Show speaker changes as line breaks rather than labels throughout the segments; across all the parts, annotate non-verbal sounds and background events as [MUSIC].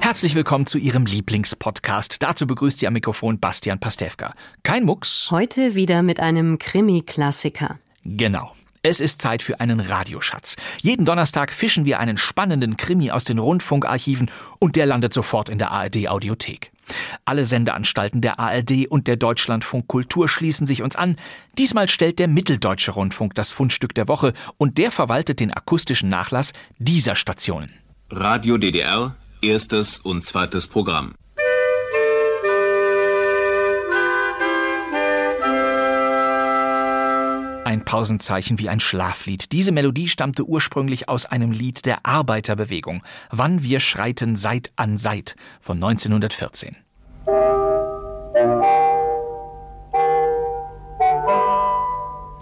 Herzlich willkommen zu Ihrem Lieblingspodcast. Dazu begrüßt Sie am Mikrofon Bastian Pastewka. Kein Mucks?
Heute wieder mit einem Krimi-Klassiker.
Genau. Es ist Zeit für einen Radioschatz. Jeden Donnerstag fischen wir einen spannenden Krimi aus den Rundfunkarchiven und der landet sofort in der ARD Audiothek. Alle Sendeanstalten der ARD und der Deutschlandfunk Kultur schließen sich uns an. Diesmal stellt der Mitteldeutsche Rundfunk das Fundstück der Woche und der verwaltet den akustischen Nachlass dieser Stationen.
Radio DDR, erstes und zweites Programm.
Ein Pausenzeichen wie ein Schlaflied. Diese Melodie stammte ursprünglich aus einem Lied der Arbeiterbewegung, Wann wir schreiten Seit an Seit von 1914.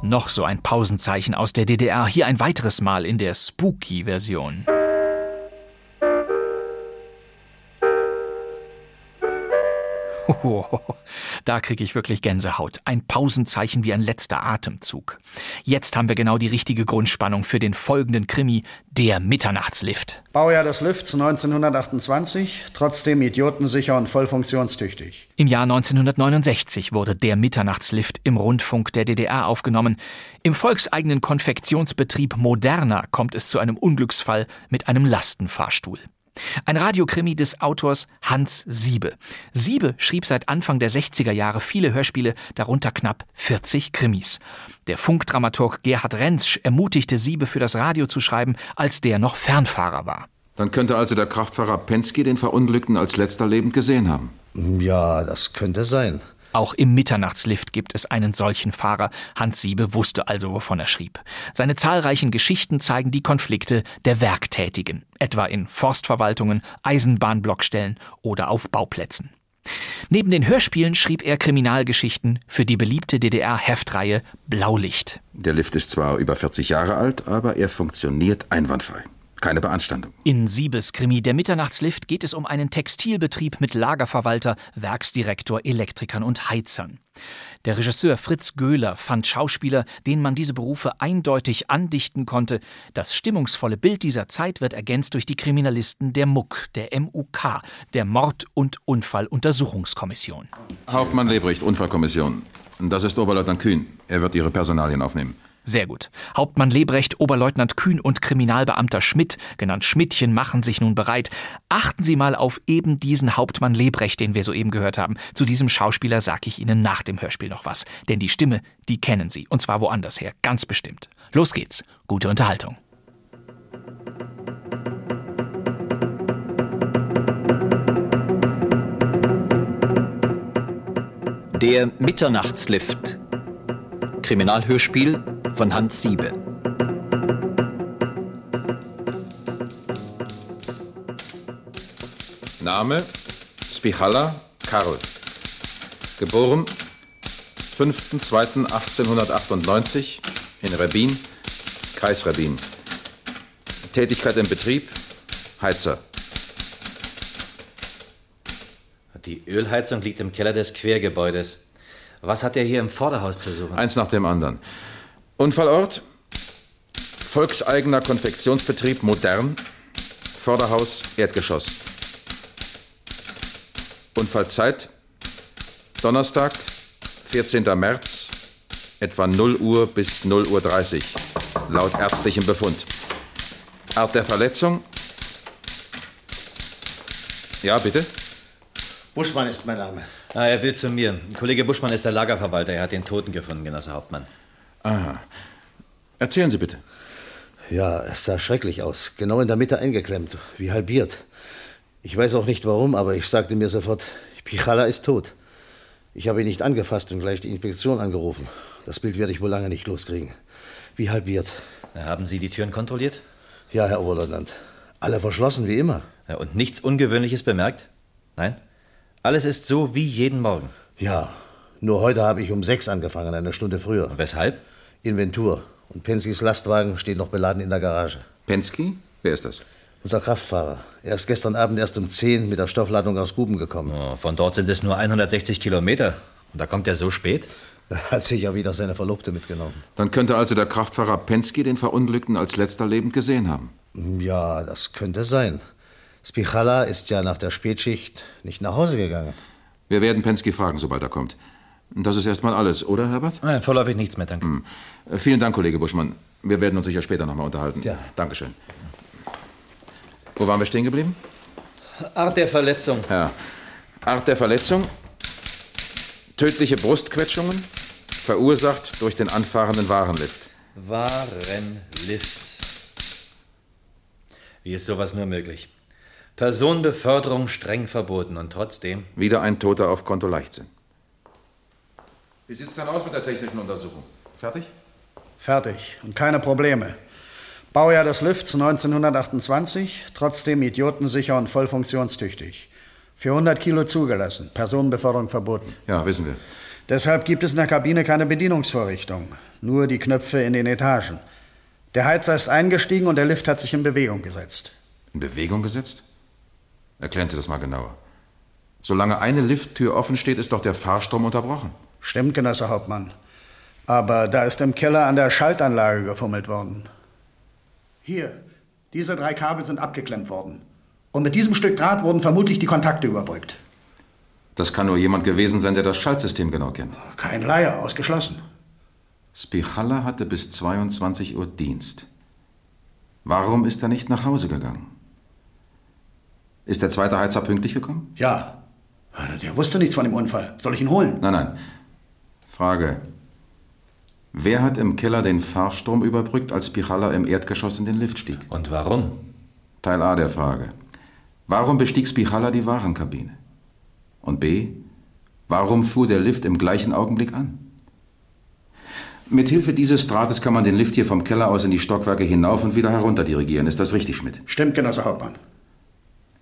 Noch so ein Pausenzeichen aus der DDR, hier ein weiteres Mal in der Spooky-Version. [LAUGHS] Hohoho, Da kriege ich wirklich Gänsehaut. Ein Pausenzeichen wie ein letzter Atemzug. Jetzt haben wir genau die richtige Grundspannung für den folgenden Krimi, der Mitternachtslift.
Baujahr des Lifts 1928, trotzdem idiotensicher und voll funktionstüchtig.
Im Jahr 1969 wurde der Mitternachtslift im Rundfunk der DDR aufgenommen. Im volkseigenen Konfektionsbetrieb Moderna kommt es zu einem Unglücksfall mit einem Lastenfahrstuhl. Ein Radiokrimi des Autors Hans Siebe. Siebe schrieb seit Anfang der 60er Jahre viele Hörspiele, darunter knapp 40 Krimis. Der Funkdramaturg Gerhard Rentsch ermutigte Siebe für das Radio zu schreiben, als der noch Fernfahrer war.
Dann könnte also der Kraftfahrer Penske den Verunglückten als letzter lebend gesehen haben.
Ja, das könnte sein.
Auch im Mitternachtslift gibt es einen solchen Fahrer. Hans Siebe wusste also, wovon er schrieb. Seine zahlreichen Geschichten zeigen die Konflikte der Werktätigen, etwa in Forstverwaltungen, Eisenbahnblockstellen oder auf Bauplätzen. Neben den Hörspielen schrieb er Kriminalgeschichten für die beliebte DDR-Heftreihe Blaulicht.
Der Lift ist zwar über 40 Jahre alt, aber er funktioniert einwandfrei. Keine Beanstandung.
In Siebeskrimi der Mitternachtslift geht es um einen Textilbetrieb mit Lagerverwalter, Werksdirektor, Elektrikern und Heizern. Der Regisseur Fritz Göhler fand Schauspieler, denen man diese Berufe eindeutig andichten konnte. Das stimmungsvolle Bild dieser Zeit wird ergänzt durch die Kriminalisten der MUK, der MUK, der Mord- und Unfalluntersuchungskommission.
Hauptmann Lebrecht, Unfallkommission. Das ist Oberleutnant Kühn. Er wird Ihre Personalien aufnehmen.
Sehr gut. Hauptmann Lebrecht, Oberleutnant Kühn und Kriminalbeamter Schmidt, genannt Schmidtchen, machen sich nun bereit. Achten Sie mal auf eben diesen Hauptmann Lebrecht, den wir soeben gehört haben. Zu diesem Schauspieler sage ich Ihnen nach dem Hörspiel noch was. Denn die Stimme, die kennen Sie. Und zwar woanders her. Ganz bestimmt. Los geht's. Gute Unterhaltung.
Der Mitternachtslift. Kriminalhörspiel von Hans Siebe.
Name Spichala Karl. Geboren 5.2.1898 in Rebin, Kreis Rebin. Tätigkeit im Betrieb, Heizer.
Die Ölheizung liegt im Keller des Quergebäudes. Was hat er hier im Vorderhaus zu suchen?
Eins nach dem anderen. Unfallort? Volkseigener Konfektionsbetrieb Modern. Vorderhaus, Erdgeschoss. Unfallzeit? Donnerstag, 14. März, etwa 0 Uhr bis 0 Uhr 30, laut ärztlichem Befund. Art der Verletzung? Ja, bitte?
Buschmann ist mein Name.
Ah, er will zu mir. Kollege Buschmann ist der Lagerverwalter. Er hat den Toten gefunden, Genosse Hauptmann.
Aha. Erzählen Sie bitte.
Ja, es sah schrecklich aus. Genau in der Mitte eingeklemmt, wie halbiert. Ich weiß auch nicht warum, aber ich sagte mir sofort, ich Pichala ist tot. Ich habe ihn nicht angefasst und gleich die Inspektion angerufen. Das Bild werde ich wohl lange nicht loskriegen. Wie halbiert.
Haben Sie die Türen kontrolliert?
Ja, Herr Oberleutnant. Alle verschlossen wie immer.
Ja, und nichts Ungewöhnliches bemerkt? Nein? Alles ist so wie jeden Morgen.
Ja, nur heute habe ich um sechs angefangen, eine Stunde früher.
weshalb?
Inventur. Und Penskys Lastwagen steht noch beladen in der Garage.
Pensky? Wer ist das?
Unser Kraftfahrer. Er ist gestern Abend erst um 10 mit der Stoffladung aus Guben gekommen.
Oh, von dort sind es nur 160 Kilometer. Und da kommt er so spät?
Da hat sich ja wieder seine Verlobte mitgenommen.
Dann könnte also der Kraftfahrer Pensky den Verunglückten als letzter lebend gesehen haben.
Ja, das könnte sein. Spichala ist ja nach der Spätschicht nicht nach Hause gegangen.
Wir werden Pensky fragen, sobald er kommt. Das ist erstmal alles, oder, Herbert? Hm. Äh,
Nein, vorläufig nichts mehr, danke.
Vielen Dank, Kollege Buschmann. Wir werden uns sicher später nochmal unterhalten. Ja. Dankeschön. Wo waren wir stehen geblieben?
Art der Verletzung.
Ja. Art der Verletzung. Tödliche Brustquetschungen, verursacht durch den anfahrenden Warenlift.
Warenlift. Wie ist sowas nur möglich? Personenbeförderung streng verboten und trotzdem.
Wieder ein Toter auf Konto Leichtsinn.
Wie sieht's dann aus mit der technischen Untersuchung? Fertig?
Fertig und keine Probleme. Baujahr des Lifts 1928, trotzdem idiotensicher und voll funktionstüchtig. Für 100 Kilo zugelassen, Personenbeförderung verboten.
Ja, wissen wir.
Deshalb gibt es in der Kabine keine Bedienungsvorrichtung, nur die Knöpfe in den Etagen. Der Heizer ist eingestiegen und der Lift hat sich in Bewegung gesetzt.
In Bewegung gesetzt? Erklären Sie das mal genauer. Solange eine Lifttür offen steht, ist doch der Fahrstrom unterbrochen.
Stimmt, Genosse Hauptmann. Aber da ist im Keller an der Schaltanlage gefummelt worden. Hier, diese drei Kabel sind abgeklemmt worden. Und mit diesem Stück Draht wurden vermutlich die Kontakte überbrückt.
Das kann nur jemand gewesen sein, der das Schaltsystem genau kennt.
Kein Leier, ausgeschlossen.
Spichala hatte bis 22 Uhr Dienst. Warum ist er nicht nach Hause gegangen? Ist der zweite Heizer pünktlich gekommen?
Ja. Der wusste nichts von dem Unfall. Soll ich ihn holen?
Nein, nein. Frage. Wer hat im Keller den Fahrstrom überbrückt, als Pichala im Erdgeschoss in den Lift stieg?
Und warum?
Teil A der Frage. Warum bestieg Spichala die Warenkabine? Und B. Warum fuhr der Lift im gleichen Augenblick an? Mithilfe dieses Drahtes kann man den Lift hier vom Keller aus in die Stockwerke hinauf und wieder herunter dirigieren. Ist das richtig, Schmidt?
Stimmt, Genosse Hauptmann.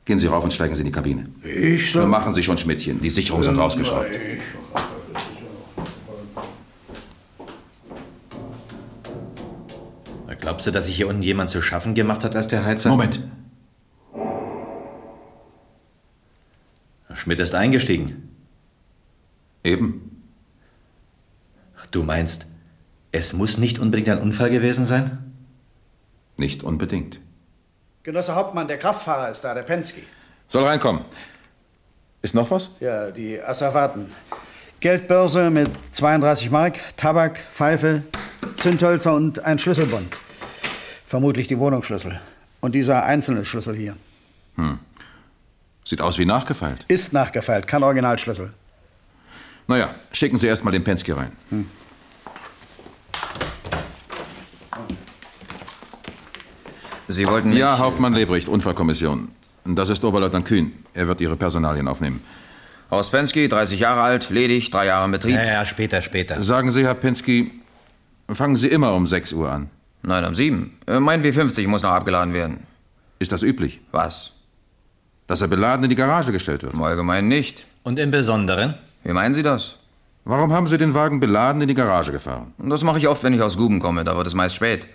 Gehen Sie rauf und steigen Sie in die Kabine.
Ich Ähm, soll-
Nun machen Sie schon, Schmidtchen. Die Sicherungen sind rausgeschraubt.
Äh,
Glaubst du, dass sich hier unten jemand zu schaffen gemacht hat, als der Heizer.
Moment.
Schmidt ist eingestiegen.
Eben.
Ach, du meinst, es muss nicht unbedingt ein Unfall gewesen sein?
Nicht unbedingt.
Genosse Hauptmann, der Kraftfahrer ist da, der Penske.
Soll reinkommen. Ist noch was?
Ja, die Asservaten. Geldbörse mit 32 Mark, Tabak, Pfeife, Zündhölzer und ein Schlüsselbund. Vermutlich die Wohnungsschlüssel. Und dieser einzelne Schlüssel hier.
Hm. Sieht aus wie nachgefeilt.
Ist nachgefeilt, kein Originalschlüssel.
Naja, schicken Sie erstmal den Penske rein.
Hm.
Sie wollten mich...
Ja, Hauptmann Lebrecht, Unfallkommission. Das ist Oberleutnant Kühn. Er wird Ihre Personalien aufnehmen.
Horst Pensky, 30 Jahre alt, ledig, drei Jahre im Betrieb.
Ja, ja, später, später.
Sagen Sie, Herr Pensky, fangen Sie immer um 6 Uhr an.
Nein, um sieben. Äh, Mein W50 muss noch abgeladen werden.
Ist das üblich?
Was?
Dass er beladen in die Garage gestellt wird?
Im Allgemeinen nicht.
Und im Besonderen?
Wie meinen Sie das?
Warum haben Sie den Wagen beladen in die Garage gefahren?
Das mache ich oft, wenn ich aus Guben komme. Da wird es meist spät.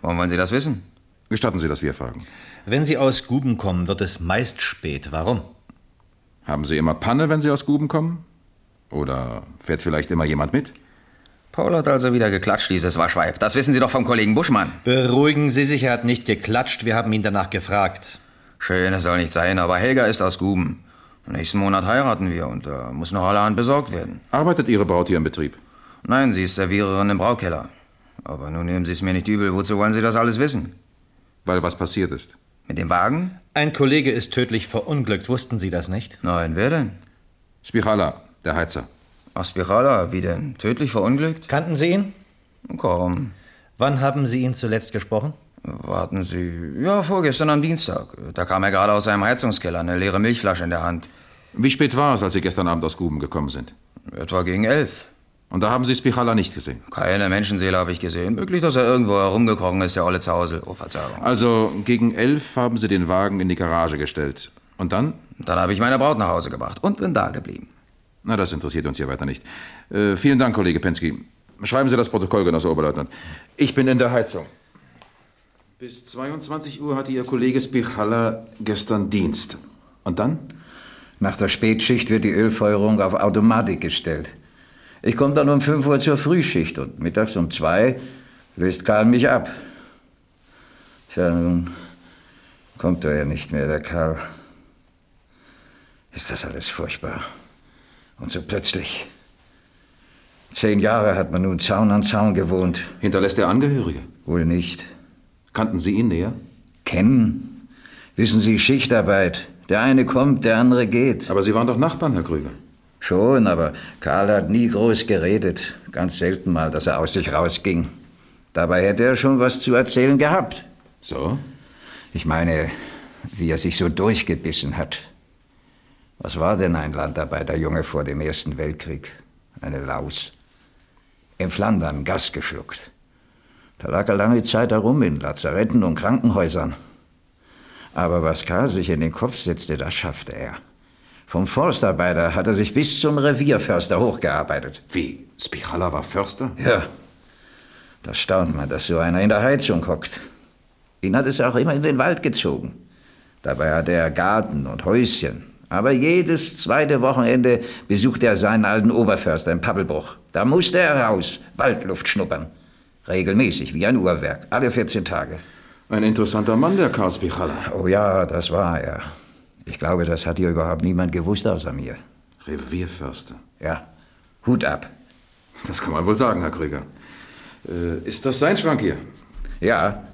Warum wollen Sie das wissen?
Gestatten Sie, dass wir fragen.
Wenn Sie aus Guben kommen, wird es meist spät. Warum?
Haben Sie immer Panne, wenn Sie aus Guben kommen? Oder fährt vielleicht immer jemand mit?
Paul hat also wieder geklatscht, dieses Waschweib. Das wissen Sie doch vom Kollegen Buschmann.
Beruhigen Sie sich, er hat nicht geklatscht. Wir haben ihn danach gefragt.
Schön, es soll nicht sein, aber Helga ist aus Guben. Nächsten Monat heiraten wir und da muss noch allerhand besorgt werden.
Arbeitet Ihre Braut hier im Betrieb?
Nein, sie ist Serviererin im Braukeller. Aber nun nehmen Sie es mir nicht übel. Wozu wollen Sie das alles wissen?
Weil was passiert ist.
Mit dem Wagen?
Ein Kollege ist tödlich verunglückt. Wussten Sie das nicht?
Nein, wer denn?
Spirala, der Heizer.
Ach, Spirala, wie denn? Tödlich verunglückt?
Kannten Sie ihn?
Komm.
Wann haben Sie ihn zuletzt gesprochen?
Warten Sie. Ja, vorgestern am Dienstag. Da kam er gerade aus seinem Heizungskeller, eine leere Milchflasche in der Hand.
Wie spät war es, als Sie gestern Abend aus Guben gekommen sind?
Etwa gegen elf.
Und da haben Sie Spichala nicht gesehen?
Keine Menschenseele habe ich gesehen. Möglich, dass er irgendwo herumgekrochen ist, der olle Zausel. Oh, Verzeihung.
Also, gegen elf haben Sie den Wagen in die Garage gestellt. Und dann?
Dann habe ich meine Braut nach Hause gebracht und bin da geblieben.
Na, das interessiert uns hier weiter nicht. Äh, vielen Dank, Kollege Pensky. Schreiben Sie das Protokoll, Genosse Oberleutnant. Ich bin in der Heizung. Bis 22 Uhr hatte Ihr Kollege Spichala gestern Dienst. Und dann?
Nach der Spätschicht wird die Ölfeuerung auf Automatik gestellt. Ich komme dann um 5 Uhr zur Frühschicht und mittags um 2 löst Karl mich ab. Tja, nun kommt er ja nicht mehr, der Karl. Ist das alles furchtbar. Und so plötzlich. Zehn Jahre hat man nun Zaun an Zaun gewohnt.
Hinterlässt er Angehörige?
Wohl nicht.
Kannten Sie ihn näher?
Kennen? Wissen Sie, Schichtarbeit. Der eine kommt, der andere geht.
Aber Sie waren doch Nachbarn, Herr Krüger.
Schon, aber Karl hat nie groß geredet. Ganz selten mal, dass er aus sich rausging. Dabei hätte er schon was zu erzählen gehabt.
So?
Ich meine, wie er sich so durchgebissen hat. Was war denn ein Landarbeiterjunge vor dem Ersten Weltkrieg? Eine Laus. In Flandern Gas geschluckt. Da lag er lange Zeit herum in Lazaretten und Krankenhäusern. Aber was Karl sich in den Kopf setzte, das schaffte er. Vom Forstarbeiter hat er sich bis zum Revierförster hochgearbeitet.
Wie? Spichala war Förster?
Ja. Da staunt man, dass so einer in der Heizung hockt. Ihn hat es auch immer in den Wald gezogen. Dabei hatte er Garten und Häuschen. Aber jedes zweite Wochenende besuchte er seinen alten Oberförster in Pappelbruch. Da musste er raus, Waldluft schnuppern. Regelmäßig, wie ein Uhrwerk, alle 14 Tage.
Ein interessanter Mann, der Karl Spichala.
Oh ja, das war er. Ich glaube, das hat hier überhaupt niemand gewusst außer mir.
Revierförster.
Ja, Hut ab.
Das kann man wohl sagen, Herr Krüger. Äh, ist das sein Schrank hier?
Ja.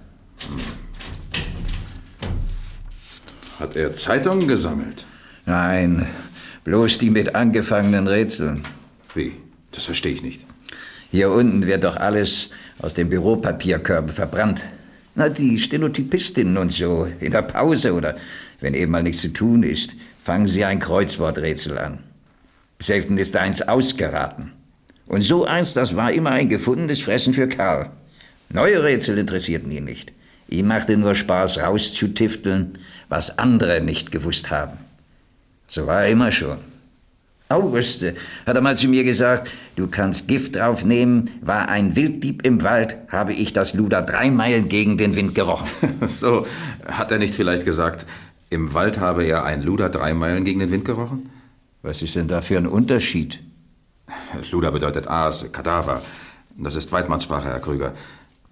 Hat er Zeitungen gesammelt?
Nein, bloß die mit angefangenen Rätseln.
Wie? Das verstehe ich nicht.
Hier unten wird doch alles aus den Büropapierkörben verbrannt. Na, die Stenotypistinnen und so, in der Pause oder wenn eben mal nichts zu tun ist, fangen sie ein Kreuzworträtsel an. Selten ist eins ausgeraten. Und so eins, das war immer ein gefundenes Fressen für Karl. Neue Rätsel interessierten ihn nicht. Ihm machte nur Spaß, rauszutifteln, was andere nicht gewusst haben. So war er immer schon. Auguste hat er mal zu mir gesagt, du kannst Gift draufnehmen, war ein Wilddieb im Wald, habe ich das Luder drei Meilen gegen den Wind gerochen.
so, hat er nicht vielleicht gesagt, im Wald habe er ein Luder drei Meilen gegen den Wind gerochen?
Was ist denn da für ein Unterschied?
Luder bedeutet Aas, Kadaver. Das ist Weidmannssprache, Herr Krüger.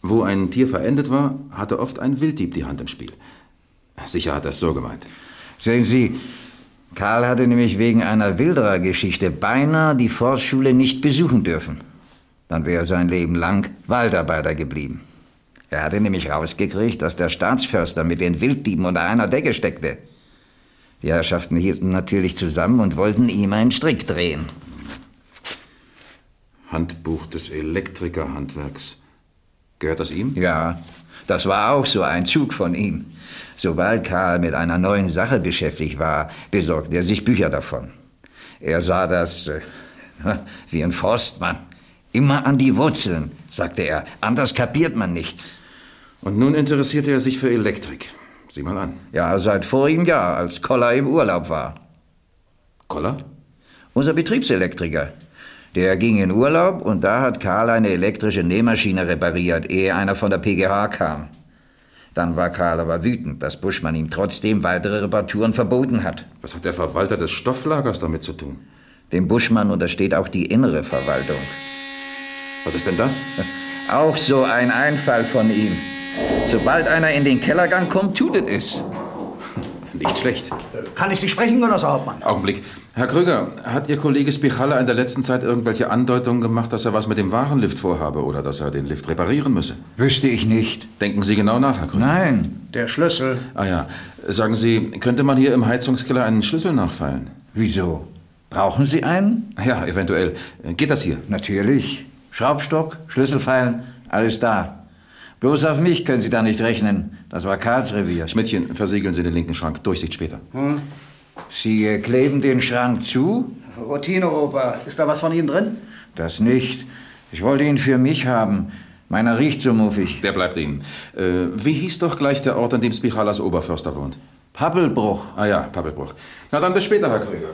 Wo ein Tier verendet war, hatte oft ein Wilddieb die Hand im Spiel. Sicher hat er es so gemeint.
Sehen Sie, Karl hatte nämlich wegen einer Wilderer-Geschichte beinahe die Forstschule nicht besuchen dürfen. Dann wäre er sein Leben lang Waldarbeiter geblieben. Er hatte nämlich rausgekriegt, dass der Staatsförster mit den Wilddieben unter einer Decke steckte. Die Herrschaften hielten natürlich zusammen und wollten ihm einen Strick drehen.
Handbuch des Elektrikerhandwerks. Gehört das ihm?
Ja, das war auch so ein Zug von ihm. Sobald Karl mit einer neuen Sache beschäftigt war, besorgte er sich Bücher davon. Er sah das äh, [LAUGHS] wie ein Forstmann. Immer an die Wurzeln, sagte er. Anders kapiert man nichts.
Und nun interessierte er sich für Elektrik. Sieh mal an.
Ja, seit vorigem Jahr, als Koller im Urlaub war.
Koller?
Unser Betriebselektriker. Der ging in Urlaub und da hat Karl eine elektrische Nähmaschine repariert, ehe einer von der PGH kam. Dann war Karl aber wütend, dass Buschmann ihm trotzdem weitere Reparaturen verboten hat.
Was hat der Verwalter des Stofflagers damit zu tun?
Dem Buschmann untersteht auch die innere Verwaltung.
Was ist denn das?
[LAUGHS] Auch so ein Einfall von ihm. Sobald einer in den Kellergang kommt, tutet es.
Nicht schlecht.
Kann ich Sie sprechen, Genosse Hauptmann?
Augenblick. Herr Krüger, hat Ihr Kollege Spichalla in der letzten Zeit irgendwelche Andeutungen gemacht, dass er was mit dem Warenlift vorhabe oder dass er den Lift reparieren müsse?
Wüsste ich nicht.
Denken Sie genau nach, Herr Krüger.
Nein.
Der Schlüssel.
Ah ja. Sagen Sie, könnte man hier im Heizungskeller einen Schlüssel nachfeilen?
Wieso? Brauchen Sie einen?
Ja, eventuell. Äh, Geht das hier?
Natürlich. Schraubstock, Schlüsselfeilen, alles da. Bloß auf mich können Sie da nicht rechnen. Das war Karlsrevier.
Schmidtchen, versiegeln Sie den linken Schrank. Durchsicht später.
Hm.
Sie äh, kleben den Schrank zu?
Routine, Opa. Ist da was von Ihnen drin?
Das nicht. Ich wollte ihn für mich haben. Meiner riecht so muffig.
Der bleibt Ihnen. Äh, wie hieß doch gleich der Ort, an dem Spichalas Oberförster wohnt?
Pappelbruch.
Ah ja, Pappelbruch. Na dann bis später, Herr Krüger.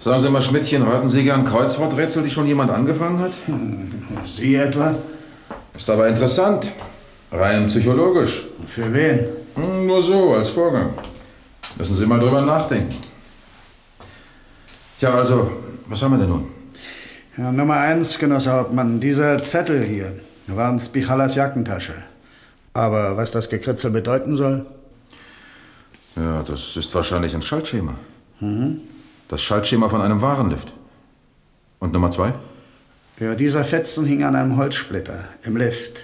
Sagen Sie mal, Schmidtchen, raten Sie gern Kreuzworträtsel, die schon jemand angefangen hat?
Hm, Sie etwa?
Ist aber interessant. Rein psychologisch.
Für wen?
Hm, nur so, als Vorgang. Müssen Sie mal drüber nachdenken. Tja, also, was haben wir denn nun?
Ja, Nummer eins, Genosse Hauptmann, dieser Zettel hier war in Spichalas Jackentasche. Aber was das Gekritzel bedeuten soll?
Ja, das ist wahrscheinlich ein Schaltschema.
Mhm.
Das Schaltschema von einem Warenlift. Und Nummer zwei? [LAUGHS]
Ja, dieser Fetzen hing an einem Holzsplitter im Lift.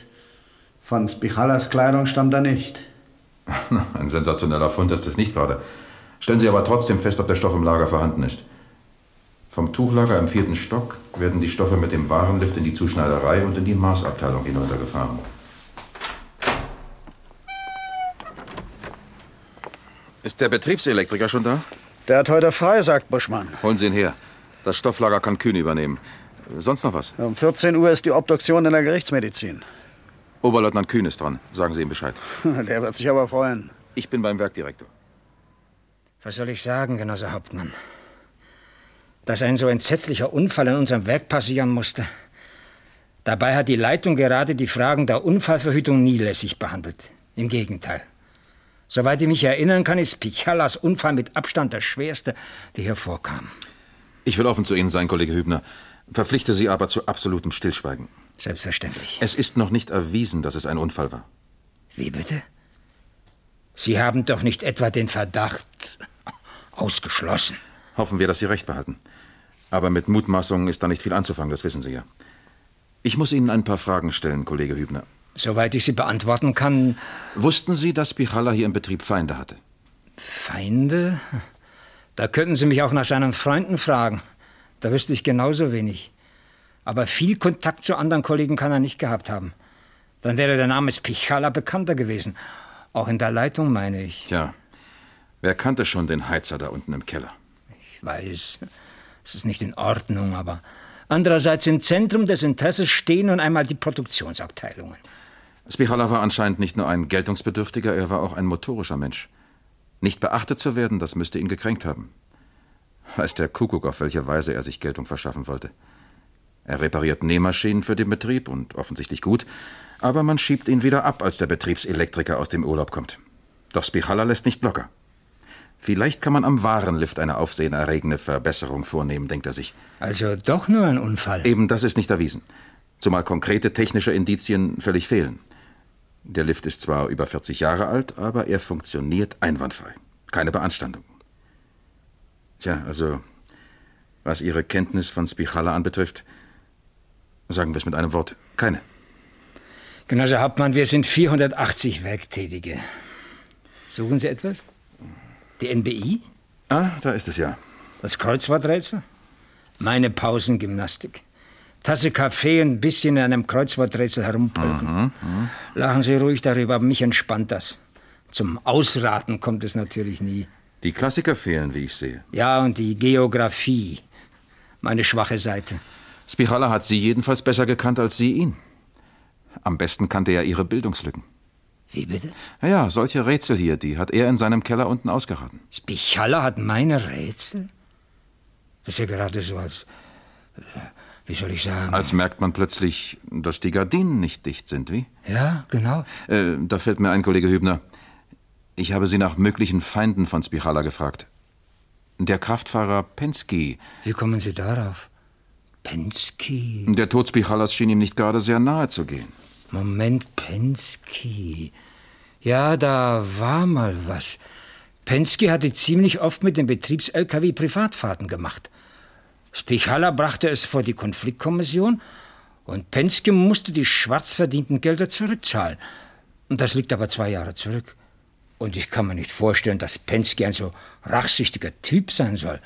Von Spichalas Kleidung stammt er nicht.
Na, Ein sensationeller Fund ist es nicht gerade. Stellen Sie aber trotzdem fest, ob der Stoff im Lager vorhanden ist. Vom Tuchlager im vierten Stock werden die Stoffe mit dem Warenlift in die Zuschneiderei und in die Maßabteilung hinuntergefahren. Ist der Betriebselektriker schon da?
Der hat heute frei, sagt Buschmann.
Holen Sie ihn her. Das Stofflager kann Kühn übernehmen. Sonst noch was?
Um 14 Uhr ist die Obduktion in der Gerichtsmedizin. [LAUGHS]
Oberleutnant Kühn ist dran. Sagen Sie ihm Bescheid.
Der wird sich aber freuen.
Ich bin beim Werkdirektor.
Was soll ich sagen, Genosse Hauptmann? Dass ein so entsetzlicher Unfall in unserem Werk passieren musste. Dabei hat die Leitung gerade die Fragen der Unfallverhütung nie lässig behandelt. Im Gegenteil. Soweit ich mich erinnern kann, ist Pichalas Unfall mit Abstand der schwerste, der hier vorkam.
Ich will offen zu Ihnen sein, Kollege Hübner. Verpflichte Sie aber zu absolutem Stillschweigen.
Selbstverständlich.
Es ist noch nicht erwiesen, dass es ein Unfall war.
Wie bitte? Sie haben doch nicht etwa den Verdacht ausgeschlossen.
Hoffen wir, dass Sie recht behalten. Aber mit Mutmaßungen ist da nicht viel anzufangen, das wissen Sie ja. Ich muss Ihnen ein paar Fragen stellen, Kollege Hübner.
Soweit ich sie beantworten kann.
Wussten Sie, dass Bichala hier im Betrieb Feinde hatte?
Feinde? Da könnten Sie mich auch nach seinen Freunden fragen. Da wüsste ich genauso wenig. Aber viel Kontakt zu anderen Kollegen kann er nicht gehabt haben. Dann wäre der Name Spichala bekannter gewesen. Auch in der Leitung, meine ich.
Tja, wer kannte schon den Heizer da unten im Keller?
Ich weiß, es ist nicht in Ordnung, aber andererseits im Zentrum des Interesses stehen nun einmal die Produktionsabteilungen.
Spichala war anscheinend nicht nur ein Geltungsbedürftiger, er war auch ein motorischer Mensch. Nicht beachtet zu werden, das müsste ihn gekränkt haben. Weiß der Kuckuck, auf welche Weise er sich Geltung verschaffen wollte. Er repariert Nähmaschinen für den Betrieb und offensichtlich gut, aber man schiebt ihn wieder ab, als der Betriebselektriker aus dem Urlaub kommt. Doch Spichala lässt nicht locker. Vielleicht kann man am Warenlift eine aufsehenerregende Verbesserung vornehmen, denkt er sich.
Also doch nur ein Unfall.
Eben das ist nicht erwiesen. Zumal konkrete technische Indizien völlig fehlen. Der Lift ist zwar über 40 Jahre alt, aber er funktioniert einwandfrei. Keine Beanstandung. Tja, also, was Ihre Kenntnis von Spichala anbetrifft, sagen wir es mit einem Wort, keine.
Genosse Hauptmann, wir sind 480 Werktätige. Suchen Sie etwas? Die NBI?
Ah, da ist es ja.
Das Kreuzworträtsel? Meine Pausengymnastik. Tasse Kaffee und ein bisschen in einem Kreuzworträtsel herumpolken.
Mhm,
Lachen Sie ruhig darüber, aber mich entspannt das. Zum Ausraten kommt es natürlich nie.
Die Klassiker fehlen, wie ich sehe.
Ja, und die Geografie. Meine schwache Seite.
Spichala hat Sie jedenfalls besser gekannt als Sie ihn. Am besten kannte er Ihre Bildungslücken.
Wie bitte?
Ja, solche Rätsel hier, die hat er in seinem Keller unten ausgeraten.
Bichalla hat meine Rätsel? Das ist ja gerade so als. äh, Wie soll ich sagen?
Als merkt man plötzlich, dass die Gardinen nicht dicht sind, wie?
Ja, genau.
Äh, da fällt mir ein, Kollege Hübner. Ich habe Sie nach möglichen Feinden von Spichala gefragt. Der Kraftfahrer Penske.
Wie kommen Sie darauf? Penske.
Der Tod Spichalas schien ihm nicht gerade sehr nahe zu gehen.
Moment, Penske. Ja, da war mal was. Penske hatte ziemlich oft mit dem Betriebs-LKW Privatfahrten gemacht. Spichalla brachte es vor die Konfliktkommission und Penske musste die schwarz verdienten Gelder zurückzahlen. Und das liegt aber zwei Jahre zurück. Und ich kann mir nicht vorstellen, dass Penske ein so rachsüchtiger Typ sein soll.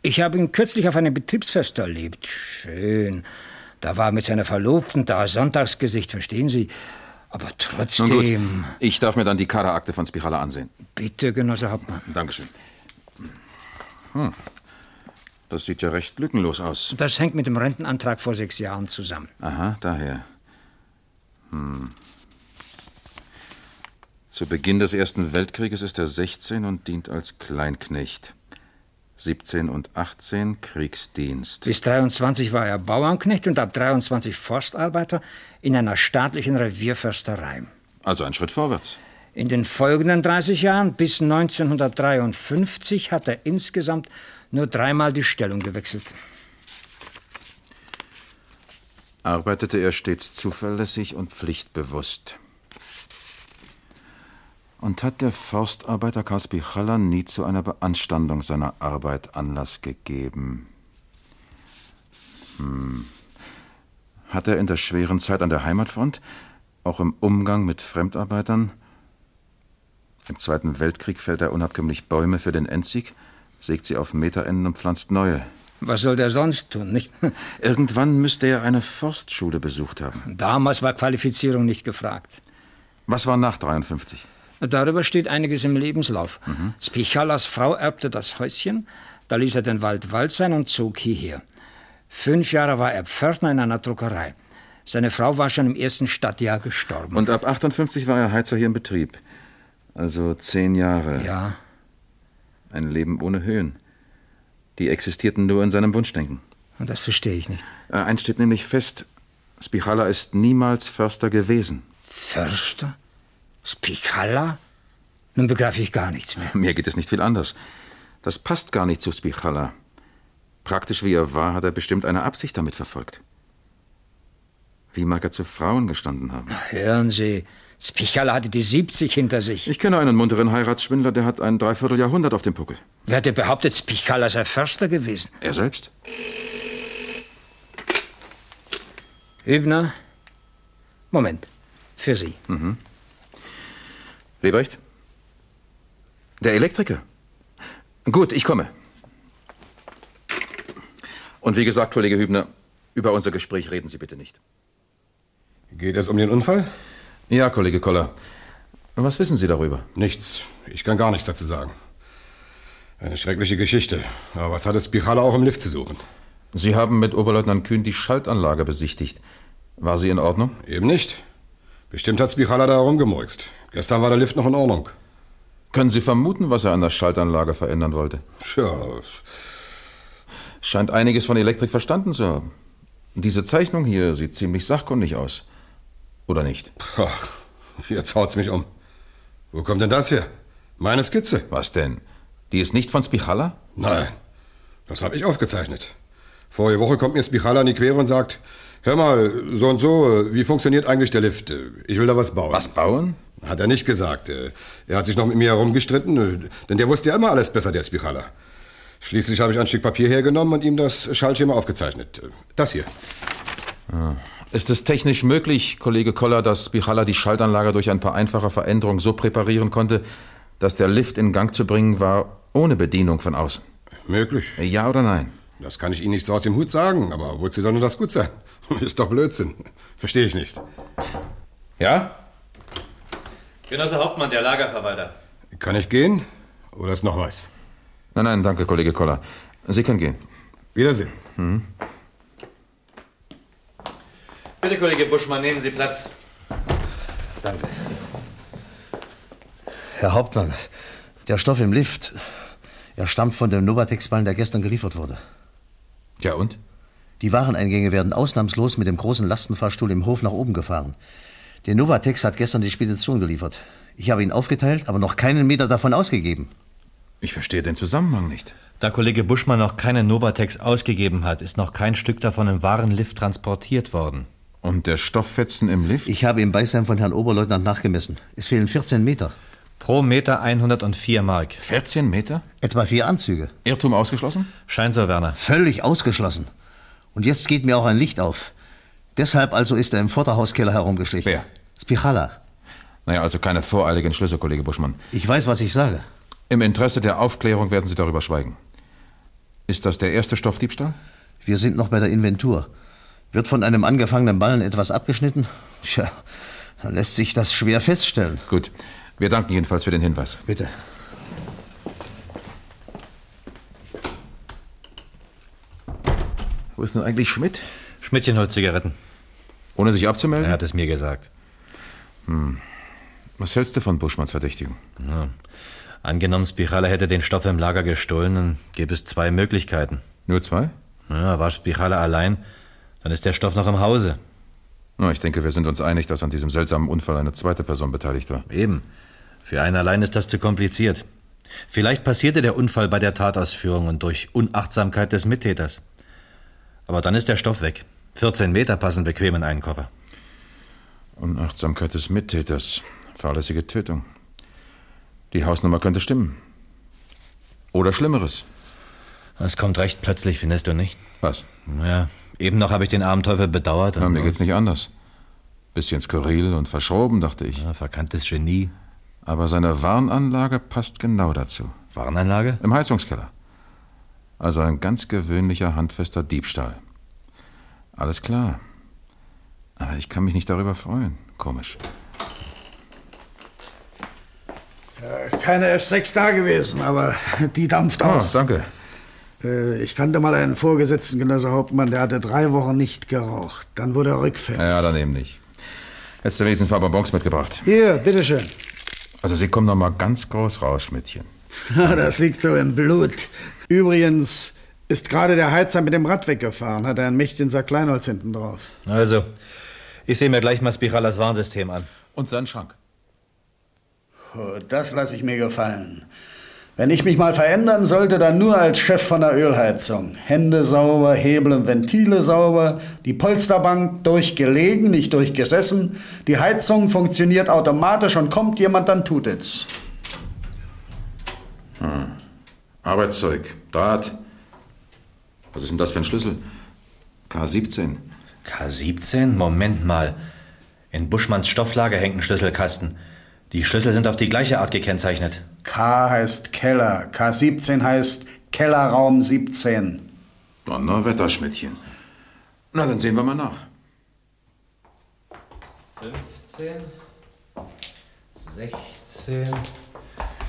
Ich habe ihn kürzlich auf einem Betriebsfest erlebt. Schön. Da war er mit seiner Verlobten da, Sonntagsgesicht, verstehen Sie? Aber trotzdem.
ich darf mir dann die Kaderakte von Spirale ansehen.
Bitte, Genosse Hauptmann.
Dankeschön. Hm. Das sieht ja recht lückenlos aus.
Das hängt mit dem Rentenantrag vor sechs Jahren zusammen.
Aha, daher. Hm. Zu Beginn des Ersten Weltkrieges ist er 16 und dient als Kleinknecht. 17 und 18 Kriegsdienst.
Bis 23 war er Bauernknecht und ab 23 Forstarbeiter in einer staatlichen Revierförsterei.
Also ein Schritt vorwärts.
In den folgenden 30 Jahren bis 1953 hat er insgesamt nur dreimal die Stellung gewechselt.
Arbeitete er stets zuverlässig und pflichtbewusst. Und hat der Forstarbeiter Karl Spichalla nie zu einer Beanstandung seiner Arbeit Anlass gegeben? Hm. Hat er in der schweren Zeit an der Heimatfront, auch im Umgang mit Fremdarbeitern, im Zweiten Weltkrieg fällt er unabkömmlich Bäume für den Endsieg, sägt sie auf Meterenden und pflanzt neue.
Was soll der sonst tun, nicht?
[LAUGHS] Irgendwann müsste er eine Forstschule besucht haben.
Damals war Qualifizierung nicht gefragt.
Was war nach 53?
Darüber steht einiges im Lebenslauf. Mhm. Spichalas Frau erbte das Häuschen, da ließ er den Wald Wald sein und zog hierher. Fünf Jahre war er Pförtner in einer Druckerei. Seine Frau war schon im ersten Stadtjahr gestorben.
Und ab 58 war er Heizer hier im Betrieb. Also zehn Jahre.
Ja.
Ein Leben ohne Höhen. Die existierten nur in seinem Wunschdenken.
Und das verstehe ich nicht.
Äh, Eins steht nämlich fest: Spichala ist niemals Förster gewesen.
Förster? Spichala? Nun begreife ich gar nichts mehr.
Mir geht es nicht viel anders. Das passt gar nicht zu Spichala. Praktisch wie er war, hat er bestimmt eine Absicht damit verfolgt. Wie mag er zu Frauen gestanden haben?
Hören Sie, Spichala hatte die 70 hinter sich.
Ich kenne einen munteren Heiratsschwindler, der hat ein Dreivierteljahrhundert auf dem Puckel.
Wer hätte behauptet, Spichala sei Förster gewesen?
Er selbst?
Hübner, Moment, für Sie.
Mhm. Lebrecht? Der Elektriker? Gut, ich komme. Und wie gesagt, Kollege Hübner, über unser Gespräch reden Sie bitte nicht.
Geht es um den Unfall?
Ja, Kollege Koller. Was wissen Sie darüber?
Nichts. Ich kann gar nichts dazu sagen. Eine schreckliche Geschichte. Aber was hat es Spirale auch im Lift zu suchen?
Sie haben mit Oberleutnant Kühn die Schaltanlage besichtigt. War sie in Ordnung?
Eben nicht. Bestimmt hat Spirale da herumgemurkst. Gestern war der Lift noch in Ordnung.
Können Sie vermuten, was er an der Schaltanlage verändern wollte?
Tja,
Scheint einiges von Elektrik verstanden zu haben. Diese Zeichnung hier sieht ziemlich sachkundig aus. Oder nicht?
ach, jetzt haut's mich um. Wo kommt denn das hier? Meine Skizze.
Was denn? Die ist nicht von Spichala?
Nein, das habe ich aufgezeichnet. Vorige Woche kommt mir Spichala in die Quere und sagt, hör mal, so und so, äh, wie funktioniert eigentlich der Lift? Äh, Ich will da was bauen. Was
bauen?
Hat er nicht gesagt. Äh, Er hat sich noch mit mir herumgestritten, äh, denn der wusste ja immer alles besser, der Spichala. Schließlich habe ich ein Stück Papier hergenommen und ihm das Schaltschema aufgezeichnet. Äh, Das hier.
Ah. Ist es technisch möglich, Kollege Koller, dass Spichala die Schaltanlage durch ein paar einfache Veränderungen so präparieren konnte, dass der Lift in Gang zu bringen war, ohne Bedienung von außen?
Möglich.
Ja oder nein?
Das kann ich Ihnen nicht so aus dem Hut sagen, aber wozu soll nur das gut sein? [LAUGHS] Ist doch Blödsinn. Verstehe ich nicht.
Ja?
Genosse also Hauptmann, der Lagerverwalter.
Kann ich gehen? Oder ist noch was?
Nein, nein, danke, Kollege Koller. Sie können gehen.
Wiedersehen.
Hm.
Bitte, Kollege Buschmann, nehmen Sie Platz.
Danke. Herr Hauptmann, der Stoff im Lift, er stammt von dem Novatex-Ballen, der gestern geliefert wurde.
Ja und?
Die Wareneingänge werden ausnahmslos mit dem großen Lastenfahrstuhl im Hof nach oben gefahren. Der Novatex hat gestern die Spedition geliefert. Ich habe ihn aufgeteilt, aber noch keinen Meter davon ausgegeben.
Ich verstehe den Zusammenhang nicht.
Da Kollege Buschmann noch keine Novatex ausgegeben hat, ist noch kein Stück davon im wahren Lift transportiert worden.
Und der Stofffetzen im Lift?
Ich habe im Beisein von Herrn Oberleutnant nachgemessen. Es fehlen 14 Meter.
Pro Meter 104 Mark.
14 Meter?
Etwa vier Anzüge.
Irrtum ausgeschlossen?
Scheint so, Werner.
Völlig ausgeschlossen. Und jetzt geht mir auch ein Licht auf. Deshalb also ist er im Vorderhauskeller herumgeschlichen. Wer? Spichala.
Naja, also keine voreiligen Schlüsse, Kollege Buschmann.
Ich weiß, was ich sage.
Im Interesse der Aufklärung werden Sie darüber schweigen. Ist das der erste Stoffdiebstahl?
Wir sind noch bei der Inventur. Wird von einem angefangenen Ballen etwas abgeschnitten? Tja, Lässt sich das schwer feststellen.
Gut. Wir danken jedenfalls für den Hinweis.
Bitte.
Wo ist nun eigentlich Schmidt?
Schmidtchen holt Zigaretten.
Ohne sich abzumelden?
Er hat es mir gesagt.
Hm. Was hältst du von Buschmanns Verdächtigung?
Ja. Angenommen, Spichala hätte den Stoff im Lager gestohlen, dann gäbe es zwei Möglichkeiten.
Nur zwei?
Ja, war Spichala allein, dann ist der Stoff noch im Hause.
Na, ich denke, wir sind uns einig, dass an diesem seltsamen Unfall eine zweite Person beteiligt war.
Eben. Für einen allein ist das zu kompliziert. Vielleicht passierte der Unfall bei der Tatausführung und durch Unachtsamkeit des Mittäters. Aber dann ist der Stoff weg. 14 Meter passen bequem in einen Koffer.
Unachtsamkeit des Mittäters. Fahrlässige Tötung. Die Hausnummer könnte stimmen. Oder Schlimmeres.
Es kommt recht plötzlich, findest du nicht?
Was?
Ja, eben noch habe ich den armen Teufel bedauert.
Ja, mir geht's nicht anders. Bisschen skurril und verschroben, dachte ich.
Ja, verkanntes Genie.
Aber seine Warnanlage passt genau dazu.
Warnanlage?
Im Heizungskeller. Also ein ganz gewöhnlicher, handfester Diebstahl. Alles klar. Aber ich kann mich nicht darüber freuen. Komisch.
Keine F6 da gewesen, aber die dampft auch.
Oh, danke.
Äh, Ich kannte mal einen Vorgesetzten, Genosse Hauptmann, der hatte drei Wochen nicht geraucht. Dann wurde er rückfällig.
Ja, dann eben nicht. Hättest du wenigstens mal Bonbons mitgebracht.
Hier, bitteschön.
Also sie kommen noch mal ganz groß raus, Schmidtchen.
[LAUGHS] Das liegt so im Blut. Übrigens ist gerade der Heizer mit dem Rad weggefahren, hat einen mächtigen Sack Kleinholz hinten drauf.
Also, ich sehe mir gleich mal Spiralas Warnsystem an.
Und seinen Schrank.
Oh, Das lasse ich mir gefallen. Wenn ich mich mal verändern sollte, dann nur als Chef von der Ölheizung. Hände sauber, Hebel und Ventile sauber, die Polsterbank durchgelegen, nicht durchgesessen. Die Heizung funktioniert automatisch und kommt jemand, dann tut es.
Hm. Arbeitszeug, Draht. Was ist denn das für ein Schlüssel? K17.
K17? Moment mal. In Buschmanns Stofflager hängt ein Schlüsselkasten. Die Schlüssel sind auf die gleiche Art gekennzeichnet.
K heißt Keller, K17 heißt Kellerraum 17.
Donnerwetter, Schmidtchen. Na, dann sehen wir mal nach.
15, 16,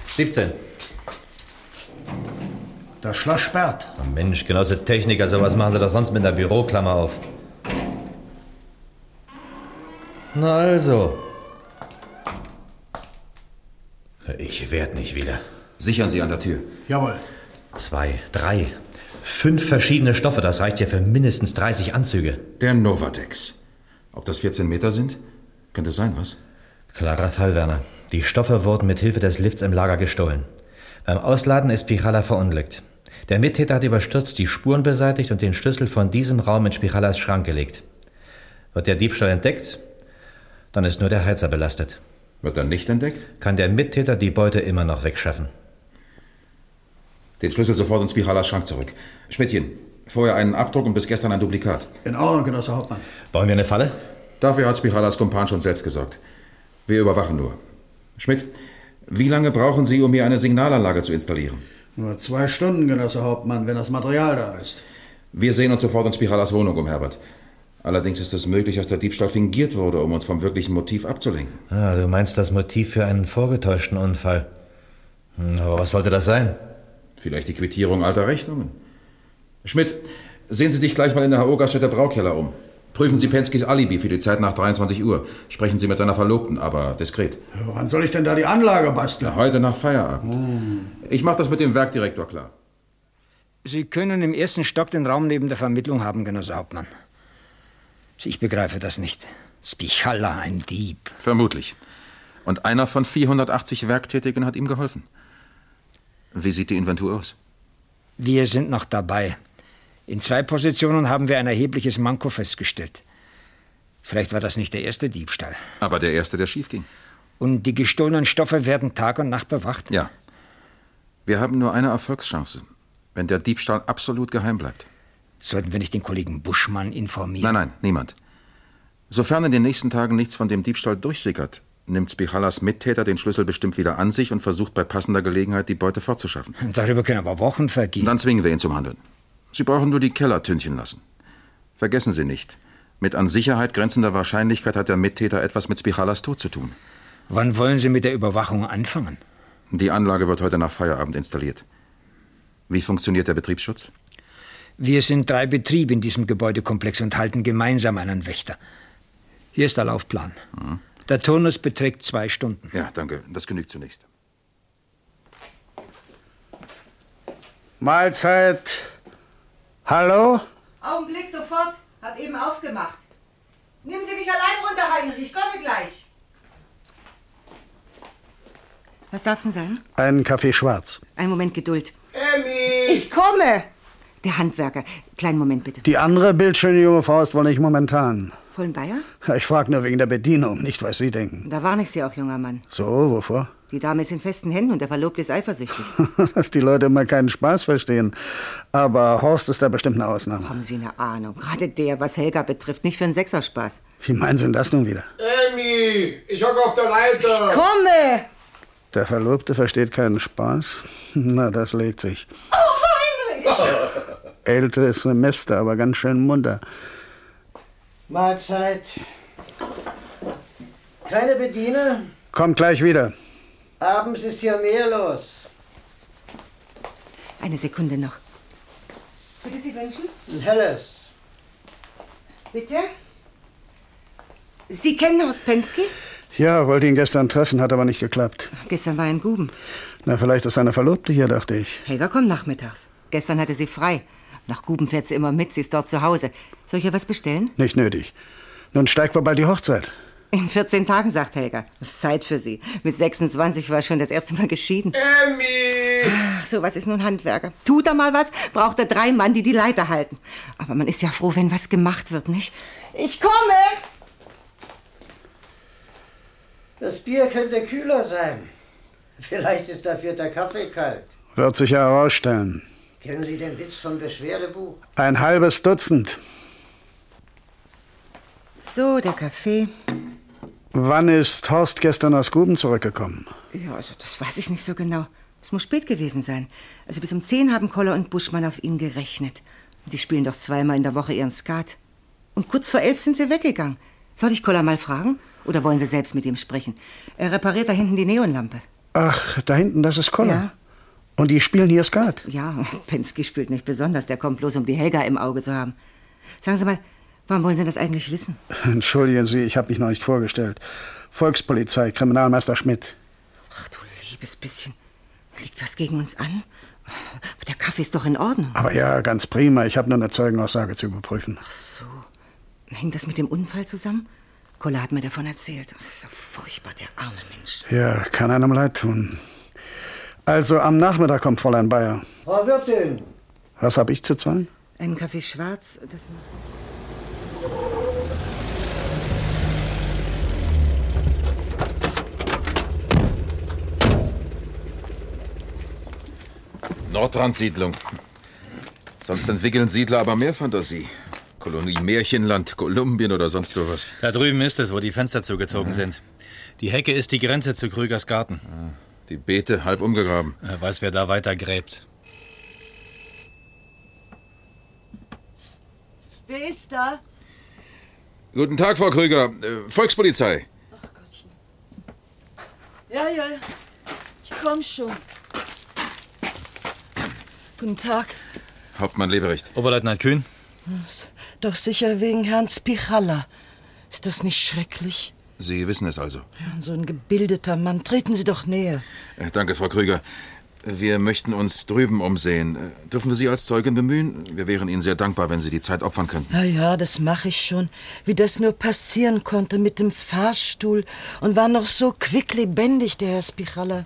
17.
Das Schloss sperrt.
Oh Mensch, Genosse Techniker, sowas machen sie doch sonst mit einer Büroklammer auf. Na also. Ich werd nicht wieder.
Sichern Sie an der Tür.
Jawohl.
Zwei, drei, fünf verschiedene Stoffe, das reicht ja für mindestens 30 Anzüge.
Der Novatex. Ob das 14 Meter sind? Könnte sein, was?
Klarer Fall, Werner. Die Stoffe wurden mit Hilfe des Lifts im Lager gestohlen. Beim Ausladen ist Spirala verunglückt. Der Mittäter hat überstürzt die Spuren beseitigt und den Schlüssel von diesem Raum in Spiralas Schrank gelegt. Wird der Diebstahl entdeckt, dann ist nur der Heizer belastet.
Wird er nicht entdeckt?
Kann der Mittäter die Beute immer noch wegschaffen.
Den Schlüssel sofort ins Spiralas Schrank zurück. Schmidtchen, vorher einen Abdruck und bis gestern ein Duplikat.
In Ordnung, Genosse Hauptmann.
Bauen wir eine Falle?
Dafür hat Spiralas Kumpan schon selbst gesorgt. Wir überwachen nur. Schmidt, wie lange brauchen Sie, um hier eine Signalanlage zu installieren?
Nur zwei Stunden, Genosse Hauptmann, wenn das Material da ist.
Wir sehen uns sofort in Spiralas Wohnung um, Herbert. Allerdings ist es möglich, dass der Diebstahl fingiert wurde, um uns vom wirklichen Motiv abzulenken.
Ah, du meinst das Motiv für einen vorgetäuschten Unfall. Hm, Aber was sollte das sein?
Vielleicht die Quittierung alter Rechnungen. Schmidt, sehen Sie sich gleich mal in der Haogerstädter Braukeller um. Prüfen Sie Penskys Alibi für die Zeit nach 23 Uhr. Sprechen Sie mit seiner Verlobten, aber diskret.
Wann soll ich denn da die Anlage basteln?
Heute nach Feierabend.
Hm.
Ich mache das mit dem Werkdirektor klar.
Sie können im ersten Stock den Raum neben der Vermittlung haben, Genosse Hauptmann. Ich begreife das nicht. Spichalla, ein Dieb.
Vermutlich. Und einer von 480 Werktätigen hat ihm geholfen. Wie sieht die Inventur aus?
Wir sind noch dabei. In zwei Positionen haben wir ein erhebliches Manko festgestellt. Vielleicht war das nicht der erste Diebstahl.
Aber der erste, der schief ging.
Und die gestohlenen Stoffe werden Tag und Nacht bewacht.
Ja. Wir haben nur eine Erfolgschance, wenn der Diebstahl absolut geheim bleibt.
Sollten wir nicht den Kollegen Buschmann informieren?
Nein, nein, niemand. Sofern in den nächsten Tagen nichts von dem Diebstahl durchsickert, nimmt Spichalas Mittäter den Schlüssel bestimmt wieder an sich und versucht bei passender Gelegenheit, die Beute fortzuschaffen.
Darüber können aber Wochen vergehen.
Dann zwingen wir ihn zum Handeln. Sie brauchen nur die Keller tünchen lassen. Vergessen Sie nicht, Mit an Sicherheit grenzender Wahrscheinlichkeit hat der Mittäter etwas mit Spichalas Tod zu tun.
Wann wollen Sie mit der Überwachung anfangen?
Die Anlage wird heute nach Feierabend installiert. Wie funktioniert der Betriebsschutz?
Wir sind drei Betriebe in diesem Gebäudekomplex und halten gemeinsam einen Wächter. Hier ist der Laufplan. Der Turnus beträgt zwei Stunden.
Ja, danke. Das genügt zunächst.
Mahlzeit. Hallo?
Augenblick sofort. Hab eben aufgemacht. Nehmen Sie mich allein runter, Heinrich. Ich komme gleich. Was darf's denn sein?
Einen Kaffee schwarz.
Einen Moment Geduld. Emmy! Ich komme! Der Handwerker. Kleinen Moment bitte.
Die andere bildschöne junge Frau ist wohl nicht momentan.
Vollen Bayer?
Ich frage nur wegen der Bedienung, nicht was Sie denken.
Da warne ich Sie auch, junger Mann.
So, wovor? [LAUGHS]
Die Dame ist in festen Händen und der Verlobte ist eifersüchtig.
Dass die Leute immer keinen Spaß verstehen. Aber Horst ist da bestimmt eine Ausnahme.
Haben Sie eine Ahnung? Gerade der, was Helga betrifft, nicht für einen Sechserspaß.
Wie meinen Sie denn das nun wieder?
Emmy, ich hocke auf der Leiter.
Ich komme!
Der Verlobte versteht keinen Spaß? Na, das legt sich.
Oh,
Älteres Semester, aber ganz schön munter.
Mahlzeit. Keine Bediener?
Kommt gleich wieder.
Abends ist hier mehr los.
Eine Sekunde noch. Bitte Sie wünschen?
Ein helles.
Bitte? Sie kennen Horst Penske?
Ja, wollte ihn gestern treffen, hat aber nicht geklappt.
Gestern war er in Guben.
Na, vielleicht ist seine Verlobte hier, dachte ich.
Helga kommt nachmittags. Gestern hatte sie frei. Nach Guben fährt sie immer mit, sie ist dort zu Hause. Soll ich ihr was bestellen?
Nicht nötig. Nun steigt wohl bald die Hochzeit.
In 14 Tagen, sagt Helga. Ist Zeit für sie. Mit 26 war schon das erste Mal geschieden.
Emmy!
Ach, so was ist nun Handwerker. Tut er mal was, braucht er drei Mann, die die Leiter halten. Aber man ist ja froh, wenn was gemacht wird, nicht? Ich komme!
Das Bier könnte kühler sein. Vielleicht ist dafür der Kaffee kalt.
Wird sich ja herausstellen.
Kennen Sie den Witz vom Beschwerdebuch?
Ein halbes Dutzend.
So, der Kaffee.
Wann ist Horst gestern aus Guben zurückgekommen? [LAUGHS]
Ja, also das weiß ich nicht so genau. Es muss spät gewesen sein. Also bis um 10 haben Koller und Buschmann auf ihn gerechnet. Und die spielen doch zweimal in der Woche ihren Skat. Und kurz vor elf sind sie weggegangen. Soll ich Koller mal fragen? Oder wollen Sie selbst mit ihm sprechen? Er repariert da hinten die Neonlampe.
Ach, da hinten, das ist Koller. Und die spielen hier Skat.
Ja, [LAUGHS] Penske spielt nicht besonders. Der kommt bloß, um die Helga im Auge zu haben. Sagen Sie mal, warum wollen Sie das eigentlich wissen?
Entschuldigen Sie, ich habe mich noch nicht vorgestellt. Volkspolizei, Kriminalmeister Schmidt.
Liebes bisschen. Liegt was gegen uns an? Aber der Kaffee ist doch in Ordnung.
Aber ja, ganz prima. Ich habe nur eine Zeugenaussage zu überprüfen.
So. Hängt das mit dem Unfall zusammen? Koller hat mir davon erzählt. Das ist so furchtbar, der arme Mensch.
Ja, kann einem leid tun. Also, am Nachmittag kommt Fräulein Bayer.
Frau Wirtin,
Was habe ich zu zahlen?
Einen Kaffee schwarz, das macht.
Nordtrans-Siedlung. Sonst entwickeln Siedler aber mehr Fantasie. Kolonie Märchenland, Kolumbien oder sonst sowas.
Da drüben ist es, wo die Fenster zugezogen sind. Die Hecke ist die Grenze zu Krügers Garten.
Ah, Die Beete halb umgegraben.
Weiß, wer da weiter gräbt.
Wer ist da?
Guten Tag, Frau Krüger. Äh, Volkspolizei.
Ja, ja. Ich komm schon. Guten Tag.
Hauptmann Leberecht.
Oberleutnant Kühn.
Ist Doch sicher wegen Herrn Spichalla. Ist das nicht schrecklich?
Sie wissen es also.
Ja, und So ein gebildeter Mann. Treten Sie doch näher.
Äh, Danke, Frau Krüger. Wir möchten uns drüben umsehen. Äh, Dürfen wir Sie als Zeugin bemühen? Wir wären Ihnen sehr dankbar, wenn Sie die Zeit opfern könnten.
Ja, ja, das mache ich schon. Wie das nur passieren konnte mit dem Fahrstuhl und war noch so quicklebendig, der Herr Spichalla.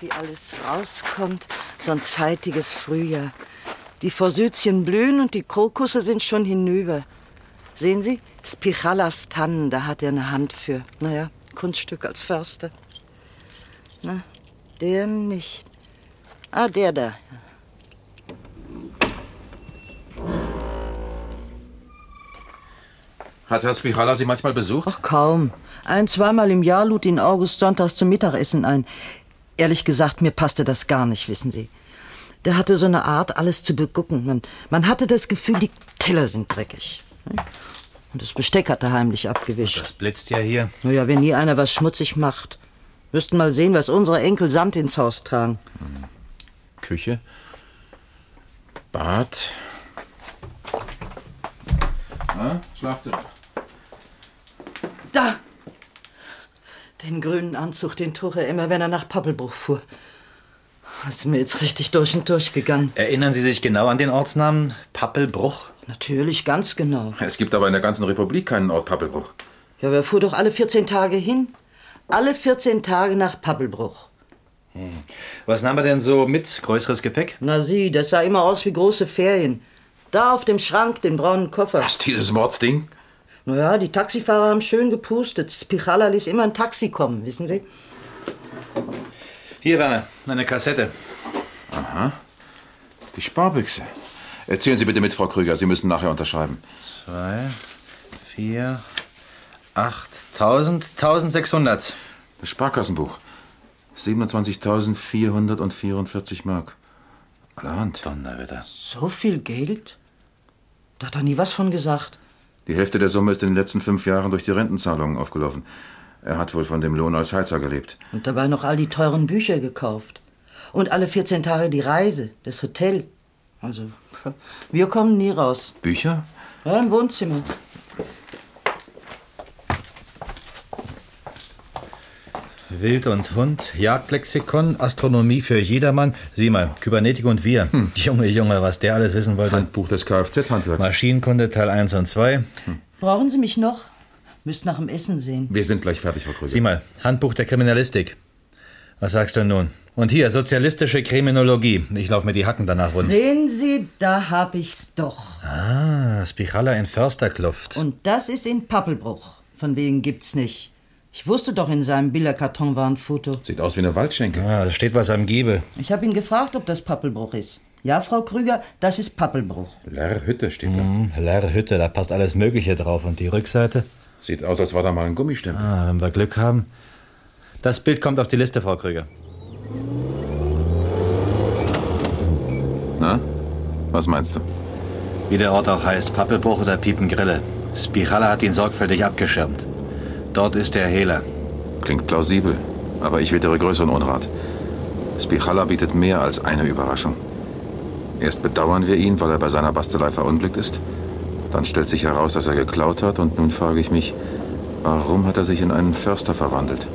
Wie alles rauskommt, so ein zeitiges Frühjahr. Die Forsythien blühen und die Krokusse sind schon hinüber. Sehen Sie, Spichallas Tannen, da hat er eine Hand für. Naja, Kunststück als Förster. Na, der nicht. Ah, der da.
Hat Herr Spichala Sie manchmal besucht?
Ach, kaum. Ein, zweimal im Jahr lud ihn August sonntags zum Mittagessen ein. Ehrlich gesagt, mir passte das gar nicht, wissen Sie. Der hatte so eine Art, alles zu begucken. Man, man hatte das Gefühl, die Teller sind dreckig. Und das Besteck hat er heimlich abgewischt.
Das blitzt ja hier.
Naja, wenn nie einer was schmutzig macht. Müssten mal sehen, was unsere Enkel Sand ins Haus tragen.
Küche, Bad, na, Hm? Schlafzimmer.
Da! Den grünen Anzug, den trug er immer, wenn er nach Pappelbruch fuhr. Das Ah, ist mir jetzt richtig durch und durch gegangen.
Erinnern Sie sich genau an den Ortsnamen Pappelbruch?
Natürlich, ganz genau.
Es gibt aber in der ganzen Republik keinen Ort Pappelbruch.
Ja, aber er fuhr doch alle 14 Tage hin. Alle 14 Tage nach Pappelbruch.
Hm. Was nahm er denn so mit? Größeres Gepäck?
Na sieh, das sah immer aus wie große Ferien. Da auf dem Schrank den braunen Koffer.
Dieses Mordsding?
Naja, die Taxifahrer haben schön gepustet. Spichala ließ immer ein Taxi kommen, wissen Sie?
Hier, Werner, meine Kassette.
Aha. Die Sparbüchse. Erzählen Sie bitte mit, Frau Krüger. Sie müssen nachher unterschreiben.
Zwei, vier, acht, tausend, 1600.
Das Sparkassenbuch. 27.444 Mark. Allerhand.
Donnerwetter.
So viel Geld? Da hat er nie was von gesagt.
Die Hälfte der Summe ist in den letzten fünf Jahren durch die Rentenzahlungen aufgelaufen. Er hat wohl von dem Lohn als Heizer gelebt.
Und dabei noch all die teuren Bücher gekauft. Und alle 14 Tage die Reise, das Hotel. Also, [LAUGHS] wir kommen nie raus.
Bücher?
Ja, im Wohnzimmer.
Wild und Hund, Jagdlexikon, Astronomie für jedermann. Sieh mal, Kybernetik und wir. [LAUGHS] Junge, Junge, was der alles wissen wollte.
Hm. Handbuch des Kfz-Handwerks. Hm.
Maschinenkunde Teil 1 und 2.
Brauchen Sie mich noch? Müsst nach dem Essen sehen.
Wir sind gleich fertig, Frau Krüger.
Sieh mal, Handbuch der Kriminalistik. Was sagst du nun? Und hier, sozialistische Kriminologie. Ich laufe mir die Hacken danach rund.
Sehen Sie, da hab ich's doch.
Ah, Spichala in Försterkluft.
Und das ist in Pappelbruch. Von wegen gibt's nicht. Ich wusste doch, in seinem Bilderkarton war ein Foto.
Sieht aus wie ne- eine Waldschenke.
Ah, da steht was am Giebel.
Ich habe ihn gefragt, ob das Pappelbruch ist. Ja, Frau Krüger, das ist Pappelbruch.
Lerrhütte steht da.
Mhm, leere Hütte, da passt alles Mögliche drauf. Und die Rückseite?
Sieht aus, als war da mal ein Gummistempel.
Ah, wenn wir Glück haben. Das Bild kommt auf die Liste, Frau Krüger.
Na? Was meinst du?
Wie der Ort auch heißt, Pappelbruch oder Piepengrille. Spirale hat ihn sorgfältig abgeschirmt. Dort ist der Hehler.
Klingt plausibel, aber ich wittere größeren Unrat. Spichala bietet mehr als eine Überraschung. Erst bedauern wir ihn, weil er bei seiner Bastelei verunglückt ist. Dann stellt sich heraus, dass er geklaut hat und nun frage ich mich, warum hat er sich in einen Förster verwandelt?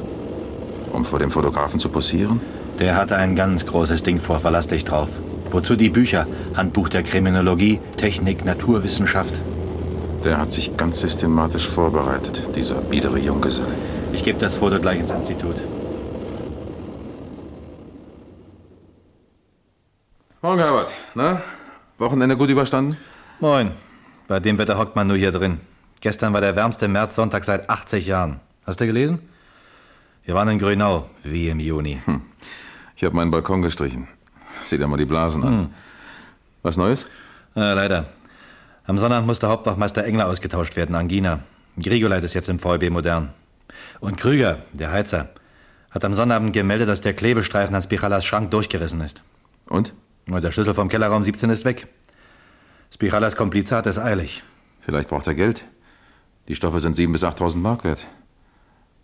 Um vor dem Fotografen zu posieren?
Der hatte ein ganz großes Ding vor, verlass dich drauf. Wozu die Bücher? Handbuch der Kriminologie, Technik, Naturwissenschaft.
Der hat sich ganz systematisch vorbereitet, dieser biedere Junggeselle.
Ich gebe das Foto gleich ins Institut.
Morgen, Herbert. Na? Wochenende gut überstanden?
Moin. Bei dem Wetter hockt man nur hier drin. Gestern war der wärmste Märzsonntag seit 80 Jahren. Hast du gelesen? Wir waren in Grünau, wie im Juni.
Hm. Ich habe meinen Balkon gestrichen. Seht ihr mal die Blasen an. Was Neues?
Hm. Äh, leider. Am Sonntag musste Hauptwachmeister Engler ausgetauscht werden, Angina. Grigoleit ist jetzt im VEB modern. Und Krüger, der Heizer, hat am Sonnabend gemeldet, dass der Klebestreifen an Spichalas Schrank durchgerissen ist.
Und?
Und der Schlüssel vom Kellerraum 17 ist weg. Spichalas Komplize hat es eilig.
Vielleicht braucht er Geld. Die Stoffe sind 7.000 bis 8.000 Mark wert.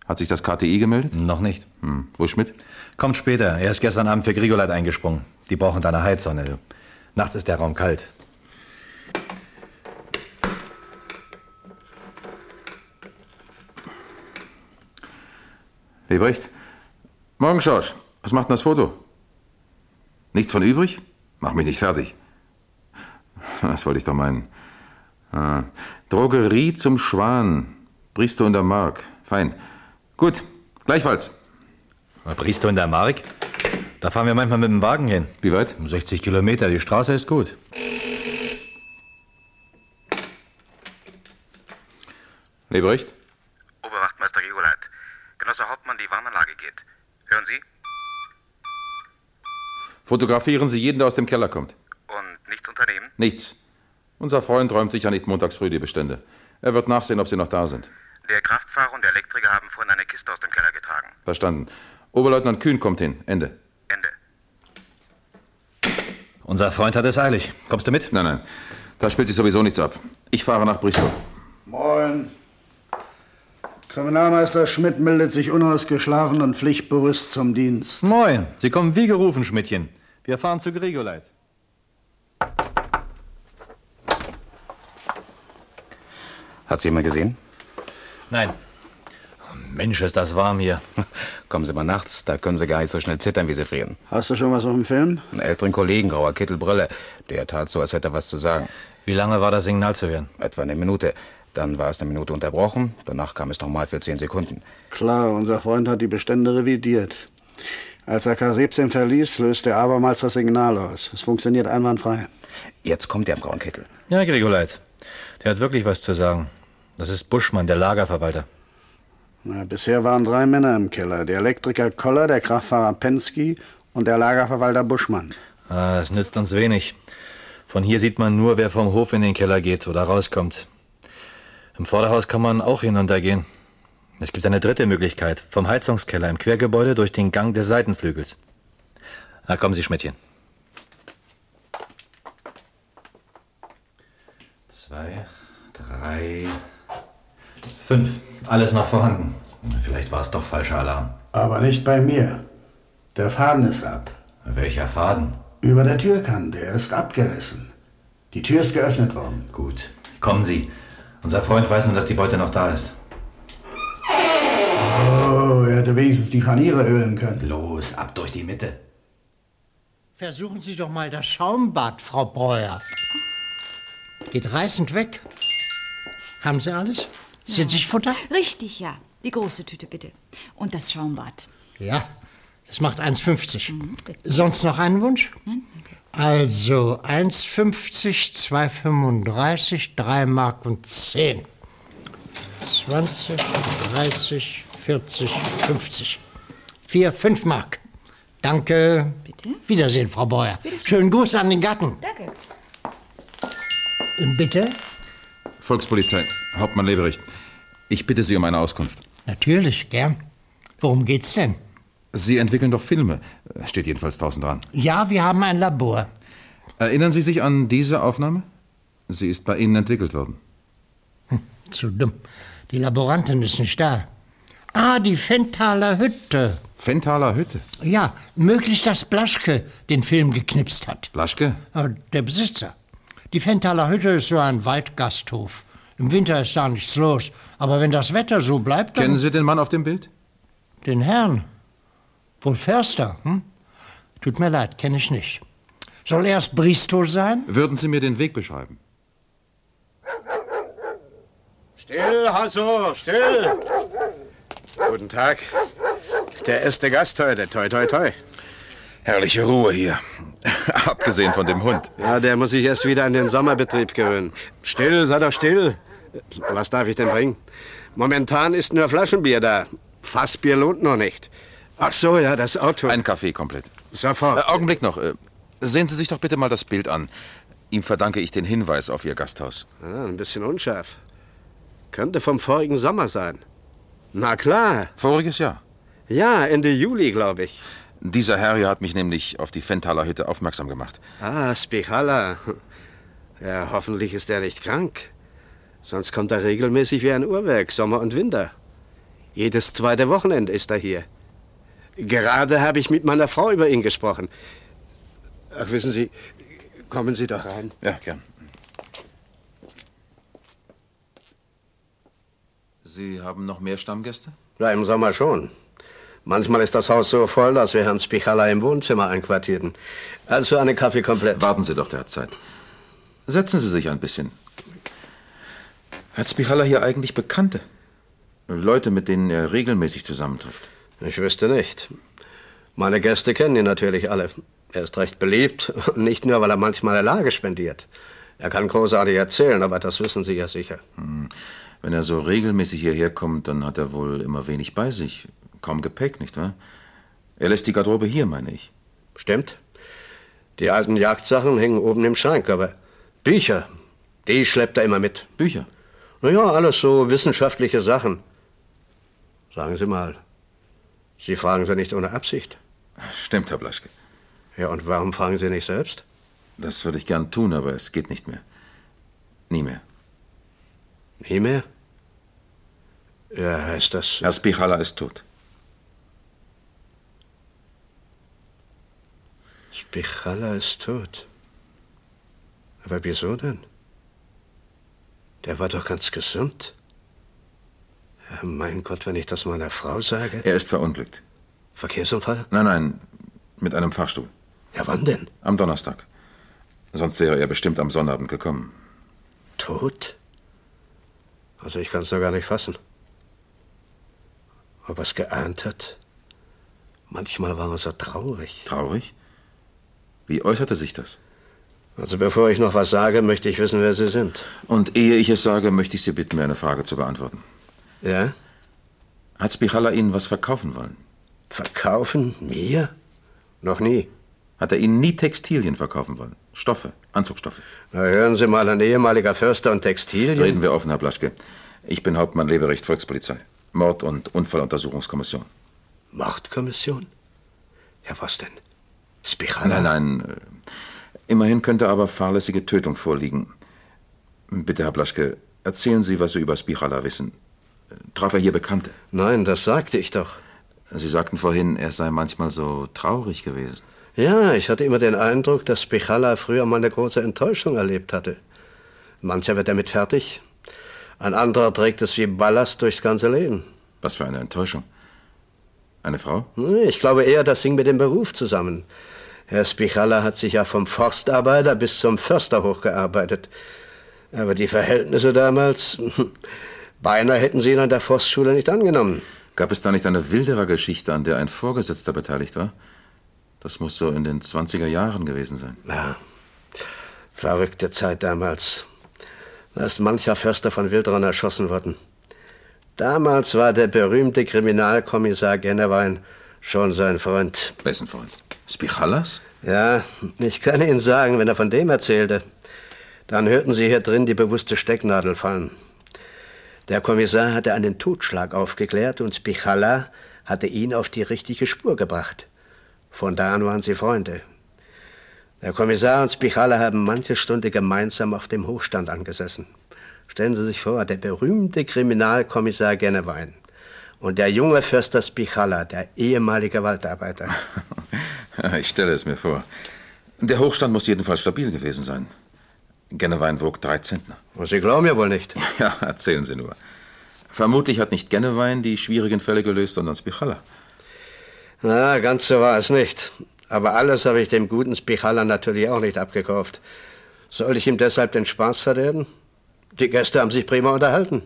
Hat sich das KTI gemeldet?
Noch nicht.
Hm. Wo ist Schmidt?
Kommt später. Er ist gestern Abend für Grigoleit eingesprungen. Die brauchen da eine Heizsonne. du. Nachts ist der Raum kalt.
Lebrecht? Morgen, Schorsch. Was macht denn das Foto? Nichts von übrig? Mach mich nicht fertig. Das wollte ich doch meinen. Ah. Drogerie zum Schwan. Bristo in der Mark. Fein. Gut, gleichfalls.
Priester in der Mark? Da fahren wir manchmal mit dem Wagen hin.
Wie weit?
60 Kilometer. Die Straße ist gut.
Lebrecht?
Oberwachtmeister Gegoleit. Genosse Hauptmann, die Warnanlage geht. Hören Sie?
Fotografieren Sie jeden, der aus dem Keller kommt.
Und nichts unternehmen?
Nichts. Unser Freund räumt sicher nicht montags früh die Bestände. Er wird nachsehen, ob sie noch da sind.
Der Kraftfahrer und der Elektriker haben vorhin eine Kiste aus dem Keller getragen.
Verstanden. Oberleutnant Kühn kommt hin. Ende.
Ende.
Unser Freund hat es eilig. Kommst du mit?
Nein, nein. Da spielt sich sowieso nichts ab. Ich fahre nach Bristol.
Moin. Kriminalmeister Schmidt meldet sich unausgeschlafen und pflichtbewusst zum Dienst.
Moin. Sie kommen wie gerufen, Schmidtchen. Wir fahren zu Grigoleit.
Hat sie jemand gesehen?
Nein. Mensch, ist das warm hier.
[LAUGHS] Kommen Sie mal nachts, da können Sie gar nicht so schnell zittern, wie Sie frieren.
Hast du schon was auf dem Film?
Einen älteren Kollegen, grauer Kittel, Brille, der tat so, als hätte er was zu sagen.
Wie lange war das Signal zu hören?
Etwa eine Minute. Dann war es eine Minute unterbrochen, danach kam es nochmal für zehn Sekunden.
Klar, unser Freund hat die Bestände revidiert. Als er K17 verließ, löst er abermals das Signal aus. Es funktioniert einwandfrei.
Jetzt kommt der im grauen Kittel.
Ja, Grigoleit. Der hat wirklich was zu sagen. Das ist Buschmann, der Lagerverwalter.
Na, bisher waren drei Männer im Keller. Der Elektriker Koller, der Kraftfahrer Pensky und der Lagerverwalter Buschmann.
Ah, es nützt uns wenig. Von hier sieht man nur, wer vom Hof in den Keller geht oder rauskommt. Im Vorderhaus kann man auch hinuntergehen. Es gibt eine dritte Möglichkeit. Vom Heizungskeller im Quergebäude durch den Gang des Seitenflügels. Na, kommen Sie, Schmidtchen. Zwei, drei, fünf. Alles noch vorhanden. Vielleicht war es doch falscher Alarm.
Aber nicht bei mir. Der Faden ist ab.
Welcher Faden?
Über der Türkante. Er ist abgerissen. Die Tür ist geöffnet worden.
Gut. Kommen Sie. Unser Freund weiß nur, dass die Beute noch da ist.
Oh, er hätte wenigstens die Scharniere ölen können.
Los, ab durch die Mitte.
Versuchen Sie doch mal das Schaumbad, Frau Breuer. Geht reißend weg. Haben Sie alles? Sind sich Futter?
Richtig, ja. Die große Tüte bitte. Und das Schaumbad.
Ja. Das macht 1,50. Sonst noch einen Wunsch?
Nein?
Also 1,50, 2,35, 3 Mark und 10. 20, 30, 40, 50. 4, 5 Mark. Danke. Bitte. Wiedersehen, Frau Beuer. Schönen Gruß an den Gatten.
Danke.
Bitte?
Volkspolizei, Hauptmann Lebericht. Ich bitte Sie um eine Auskunft.
Natürlich, gern. Worum geht's denn?
Sie entwickeln doch Filme. Steht jedenfalls draußen dran.
Ja, wir haben ein Labor.
Erinnern Sie sich an diese Aufnahme? Sie ist bei Ihnen entwickelt worden.
Zu dumm. Die Laborantin ist nicht da. Ah, die Fenthaler Hütte.
Fenthaler Hütte?
Ja, möglich, dass Blaschke den Film geknipst hat.
Blaschke?
Aber Der Besitzer. Die Fenthaler Hütte ist so ein Waldgasthof. Im Winter ist da nichts los. Aber wenn das Wetter so bleibt, dann
Kennen Sie den Mann auf dem Bild?
den Herrn. Wohl Förster, hm? Tut mir leid, kenne ich nicht. Soll erst Bristow sein?
Würden Sie mir den Weg beschreiben?
Still, Hasso, still! Guten Tag. Der erste Gast heute. Toi, toi, toi.
Herrliche Ruhe hier. Abgesehen von dem Hund.
Ja, der muss sich erst wieder an den Sommerbetrieb gewöhnen. Still, sei doch still. Was darf ich denn bringen? Momentan ist nur Flaschenbier da. Fassbier lohnt noch nicht. Ach so, ja, das Auto.
Ein Kaffee komplett.
Sofort.
Augenblick noch. Äh, Sehen Sie sich doch bitte mal das Bild an. Ihm verdanke ich den Hinweis auf Ihr Gasthaus.
Ah, ein bisschen unscharf. Könnte vom vorigen Sommer sein. Na klar.
Voriges Jahr?
Ja, Ende Juli, glaube ich.
Dieser Herr hier hat mich nämlich auf die Fenthaler Hütte aufmerksam gemacht.
Ah, Spichala. Ja, hoffentlich ist er nicht krank. Sonst kommt er regelmäßig wie ein Uhrwerk, Sommer und Winter. Jedes zweite Wochenende ist er hier. Gerade habe ich mit meiner Frau über ihn gesprochen. Ach, wissen Sie, kommen Sie doch rein.
Ja, gern. Sie haben noch mehr Stammgäste?
Ja, im Sommer schon. Manchmal ist das Haus so voll, dass wir Herrn Spichala im Wohnzimmer einquartierten. Also eine Kaffee komplett.
Warten Sie doch derzeit. Setzen Sie sich ein bisschen. Hat Spichala hier eigentlich Bekannte? Leute, mit denen er regelmäßig zusammentrifft.
Ich wüsste nicht. Meine Gäste kennen ihn natürlich alle. Er ist recht beliebt, [LAUGHS] und nicht nur, weil er manchmal eine Lage spendiert. Er kann großartig erzählen, aber das wissen Sie ja sicher.
Hm. Wenn er so regelmäßig hierher kommt, dann hat er wohl immer wenig bei sich. Kaum Gepäck, nicht wahr? Er lässt die Garderobe hier, meine ich.
Stimmt. Die alten Jagdsachen hängen oben im Schrank, aber Bücher, die schleppt er immer mit.
Bücher?
Naja, alles so wissenschaftliche Sachen. Sagen Sie mal, Sie fragen sie nicht ohne Absicht.
Stimmt, Herr Blaschke.
Ja, und warum fragen Sie nicht selbst?
Das würde ich gern tun, aber es geht nicht mehr. Nie mehr.
Nie mehr? Ja, heißt das. äh,
Herr Spichala ist tot.
Spichala ist tot. Aber wieso denn? Der war doch ganz gesund. Ja, Mein Gott, wenn ich das meiner Frau sage.
Er ist verunglückt.
Verkehrsunfall?
Nein, nein, mit einem Fahrstuhl.
Ja, wann denn?
Am Donnerstag. Sonst wäre er bestimmt am Sonnabend gekommen.
Tot? Also ich kann es noch gar nicht fassen. Ob er es geahnt hat? Manchmal war er so traurig.
Traurig? Wie äußerte sich das?
Also bevor ich noch was sage, möchte ich wissen, wer Sie sind.
Und ehe ich es sage, möchte ich Sie bitten, mir eine Frage zu beantworten.
Ja?
Hat Spichala Ihnen was verkaufen wollen?
Verkaufen? Mir? Noch nie.
Hat er Ihnen nie Textilien verkaufen wollen? Stoffe, Anzugstoffe?
Na, hören Sie mal, ein ehemaliger Förster und Textilien.
Reden wir offen, Herr Blaschke. Ich bin Hauptmann Leberecht Volkspolizei. Mord- und Unfalluntersuchungskommission.
Mordkommission? Ja, was denn? Spichala?
Nein, nein. äh, Immerhin könnte aber fahrlässige Tötung vorliegen. Bitte, Herr Blaschke, erzählen Sie, was Sie über Spichala wissen. Äh, Traf er hier Bekannte?
Nein, das sagte ich doch.
Sie sagten vorhin, er sei manchmal so traurig gewesen.
Ja, ich hatte immer den Eindruck, dass Spichala früher mal eine große Enttäuschung erlebt hatte. Mancher wird damit fertig, ein anderer trägt es wie Ballast durchs ganze Leben.
Was für eine Enttäuschung. Eine Frau?
Nee, Hm, Ich glaube eher, das hing mit dem Beruf zusammen. Herr Spichala hat sich ja vom Forstarbeiter bis zum Förster hochgearbeitet. Aber die Verhältnisse damals, [LAUGHS] beinahe hätten sie ihn an der Forstschule nicht angenommen.
Gab es da nicht eine Wilderer-Geschichte, an der ein Vorgesetzter beteiligt war? Das muss so in den 20er Jahren gewesen sein.
Ja. Verrückte Zeit damals. Da ist mancher Förster von Wilderern erschossen worden. Damals war der berühmte Kriminalkommissar Gennewein schon sein Freund.
Wessen Freund? Spichalas?
Ja, ich kann Ihnen sagen, wenn er von dem erzählte, dann hörten Sie hier drin die bewusste Stecknadel fallen. Der Kommissar hatte einen Totschlag aufgeklärt und Spichala hatte ihn auf die richtige Spur gebracht. Von da an waren sie Freunde. Der Kommissar und Spichala haben manche Stunde gemeinsam auf dem Hochstand angesessen. Stellen Sie sich vor, der berühmte Kriminalkommissar Gennewein und der junge Förster Spichala, der ehemalige Waldarbeiter.
Ich stelle es mir vor. Der Hochstand muss jedenfalls stabil gewesen sein. Gennewein wog drei Zentner.
Sie glauben mir wohl nicht.
[LAUGHS] Ja, erzählen Sie nur. Vermutlich hat nicht Gennewein die schwierigen Fälle gelöst, sondern Spichala.
Na, ganz so war es nicht. Aber alles habe ich dem guten Spichala natürlich auch nicht abgekauft. Soll ich ihm deshalb den Spaß verderben? Die Gäste haben sich prima unterhalten.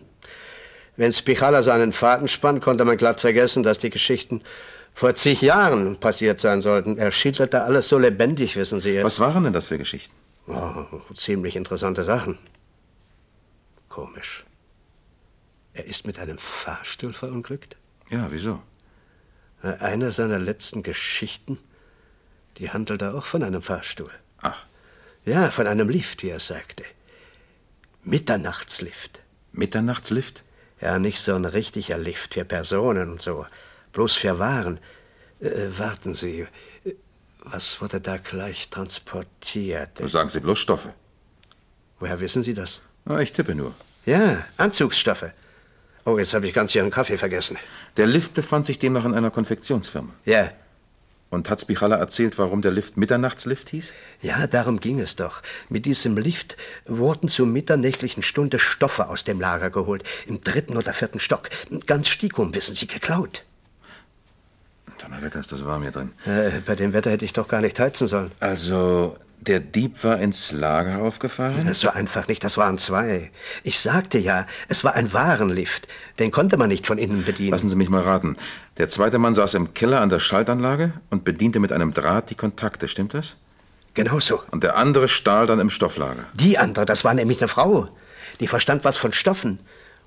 Wenn Spichala seinen Faden spann, konnte man glatt vergessen, dass die Geschichten vor zig Jahren passiert sein sollten. Er schilderte alles so lebendig, wissen Sie.
Was waren denn das für Geschichten?
Oh, ziemlich interessante Sachen. Komisch. Er ist mit einem Fahrstuhl verunglückt?
Ja, wieso?
Einer seiner letzten Geschichten, die handelte auch von einem Fahrstuhl.
Ach.
Ja, von einem Lift, wie er sagte. Mitternachtslift.
Mitternachtslift?
Ja, nicht so ein richtiger Lift für Personen und so. Bloß für Waren. Äh, warten Sie, äh, was wurde da gleich transportiert?
Sagen Sie bloß Stoffe.
Woher wissen Sie das?
Ah, Ich tippe nur.
Ja, Anzugsstoffe. Oh, jetzt habe ich ganz Ihren Kaffee vergessen.
Der Lift befand sich demnach in einer Konfektionsfirma.
Ja.
Und hat Spichala erzählt, warum der Lift Mitternachtslift hieß?
Ja, darum ging es doch. Mit diesem Lift wurden zur mitternächtlichen Stunde Stoffe aus dem Lager geholt. Im dritten oder vierten Stock. Ganz Stikum, wissen Sie, geklaut.
Donnerwetter ist das warm hier drin.
Äh, bei dem Wetter hätte ich doch gar nicht heizen sollen.
Also, der Dieb war ins Lager aufgefahren?
Das war einfach nicht, das waren zwei. Ich sagte ja, es war ein Warenlift. Den konnte man nicht von innen bedienen.
Lassen Sie mich mal raten. Der zweite Mann saß im Keller an der Schaltanlage und bediente mit einem Draht die Kontakte, stimmt das?
Genau so.
Und der andere stahl dann im Stofflager.
Die andere, das war nämlich eine Frau. Die verstand was von Stoffen.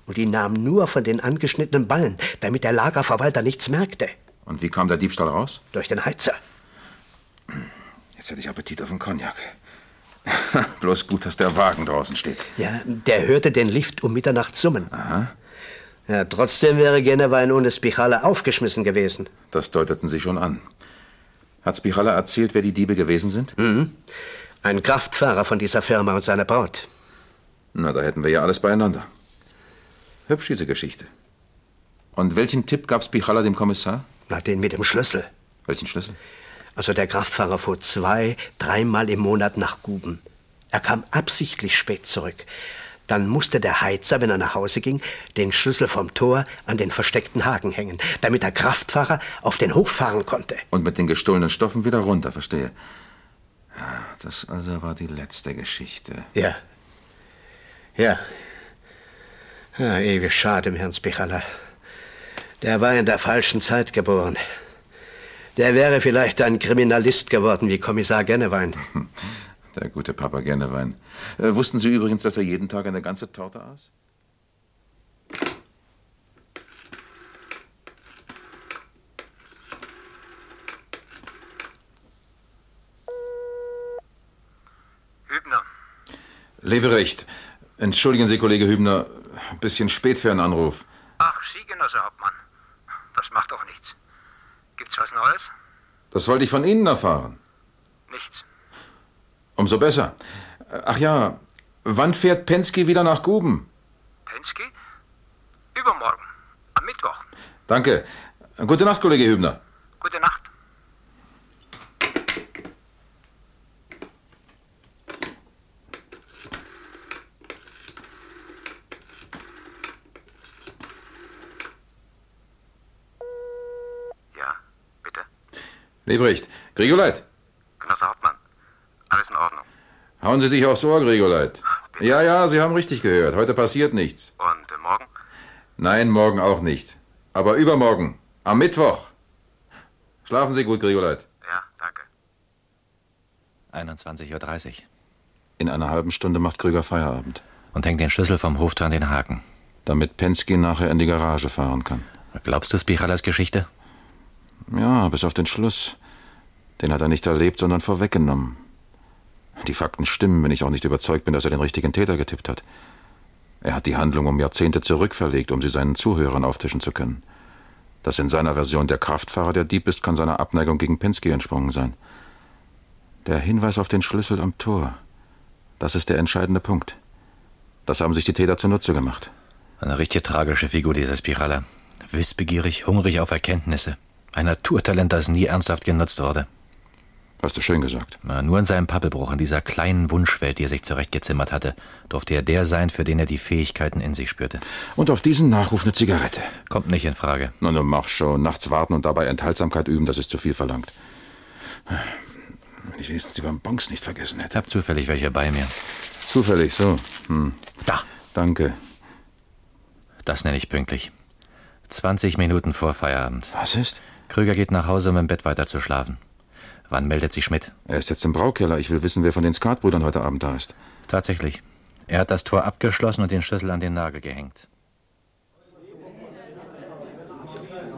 Und die nahm nur von den angeschnittenen Ballen, damit der Lagerverwalter nichts merkte.
Und wie kam der Diebstahl
[LAUGHS]
raus?
Durch den Heizer.
Jetzt hätte ich Appetit auf einen Cognac. Bloß gut, dass der Wagen draußen steht.
Ja, der hörte den Lift um Mitternacht summen. Ja, trotzdem wäre Genewein ohne Spichale aufgeschmissen gewesen.
Das deuteten Sie schon an. Hat Spirala erzählt, wer die Diebe gewesen sind?
Mhm. Ein Kraftfahrer von dieser Firma und seiner Braut.
Na, da hätten wir ja alles beieinander. Hübsch, diese Geschichte. Und welchen Tipp gab's Pichala dem Kommissar?
Na, den mit dem Schlüssel.
Welchen Schlüssel?
Also der Kraftfahrer fuhr zwei, dreimal im Monat nach Guben. Er kam absichtlich spät zurück. Dann musste der Heizer, wenn er nach Hause ging, den Schlüssel vom Tor an den versteckten Haken hängen, damit der Kraftfahrer auf den Hof fahren konnte.
Und mit den gestohlenen Stoffen wieder runter, verstehe. Ja, das also war die letzte Geschichte.
Ja. Ja. ja ewig schade im Herrn Spichaler. Der war in der falschen Zeit geboren. Der wäre vielleicht ein Kriminalist geworden wie Kommissar [LAUGHS] Gennewein.
Der gute Papa Gernewein. Äh, wussten Sie übrigens, dass er jeden Tag eine ganze Torte aß?
Hübner.
Leberecht. Entschuldigen Sie, Kollege Hübner, ein bisschen spät für einen Anruf.
Ach, Sie, Genosse Hauptmann. Das macht doch nichts. Gibt's was Neues?
Das wollte ich von Ihnen erfahren.
Nichts.
Umso besser. Ach ja, wann fährt Penske wieder nach Guben?
Penske? Übermorgen. Am Mittwoch.
Danke. Gute Nacht, Kollege Hübner.
Gute Nacht. Ja, bitte.
Lebrecht, Grigoleit,
Genosse Hauptmann. Alles in Ordnung.
hauen Sie sich aufs Ohr, Grigoleit. Ja, ja, Sie haben richtig gehört. Heute passiert nichts.
Und äh, morgen?
Nein, morgen auch nicht. Aber übermorgen, am Mittwoch. Schlafen Sie gut, Grigoleit.
Ja, danke.
21.30 Uhr.
In einer halben Stunde macht Krüger Feierabend.
Und hängt den Schlüssel vom Hoftor an den Haken.
Damit Penske nachher in die Garage fahren kann.
Glaubst du Spichalas Geschichte?
Ja, bis auf den Schluss. Den hat er nicht erlebt, sondern vorweggenommen. Die Fakten stimmen, wenn ich auch nicht überzeugt bin, dass er den richtigen Täter getippt hat. Er hat die Handlung um Jahrzehnte zurückverlegt, um sie seinen Zuhörern auftischen zu können. Dass in seiner Version der Kraftfahrer der Dieb ist, kann seiner Abneigung gegen Penske entsprungen sein. Der Hinweis auf den Schlüssel am Tor, das ist der entscheidende Punkt. Das haben sich die Täter zunutze gemacht.
Eine richtig tragische Figur, dieser Spirala. Wissbegierig, hungrig auf Erkenntnisse. Ein Naturtalent, das nie ernsthaft genutzt wurde.
Hast du schön gesagt.
Na, nur in seinem Pappelbruch, in dieser kleinen Wunschwelt, die er sich zurechtgezimmert hatte, durfte er der sein, für den er die Fähigkeiten in sich spürte.
Und auf diesen Nachruf eine Zigarette.
Kommt nicht in Frage.
Nun, nun mach schon. Nachts warten und dabei Enthaltsamkeit üben, das ist zu viel verlangt. Wenn ich wenigstens die Bonbons nicht vergessen hätte.
Ich hab zufällig welche bei mir.
Zufällig, so. Hm.
Da.
Danke.
Das nenne ich pünktlich. 20 Minuten vor Feierabend.
Was ist?
Krüger geht nach Hause, um im Bett weiter zu schlafen. Wann meldet sich Schmidt?
Er ist jetzt im Braukeller. Ich will wissen, wer von den Skatbrüdern heute Abend da ist.
Tatsächlich. Er hat das Tor abgeschlossen und den Schlüssel an den Nagel gehängt.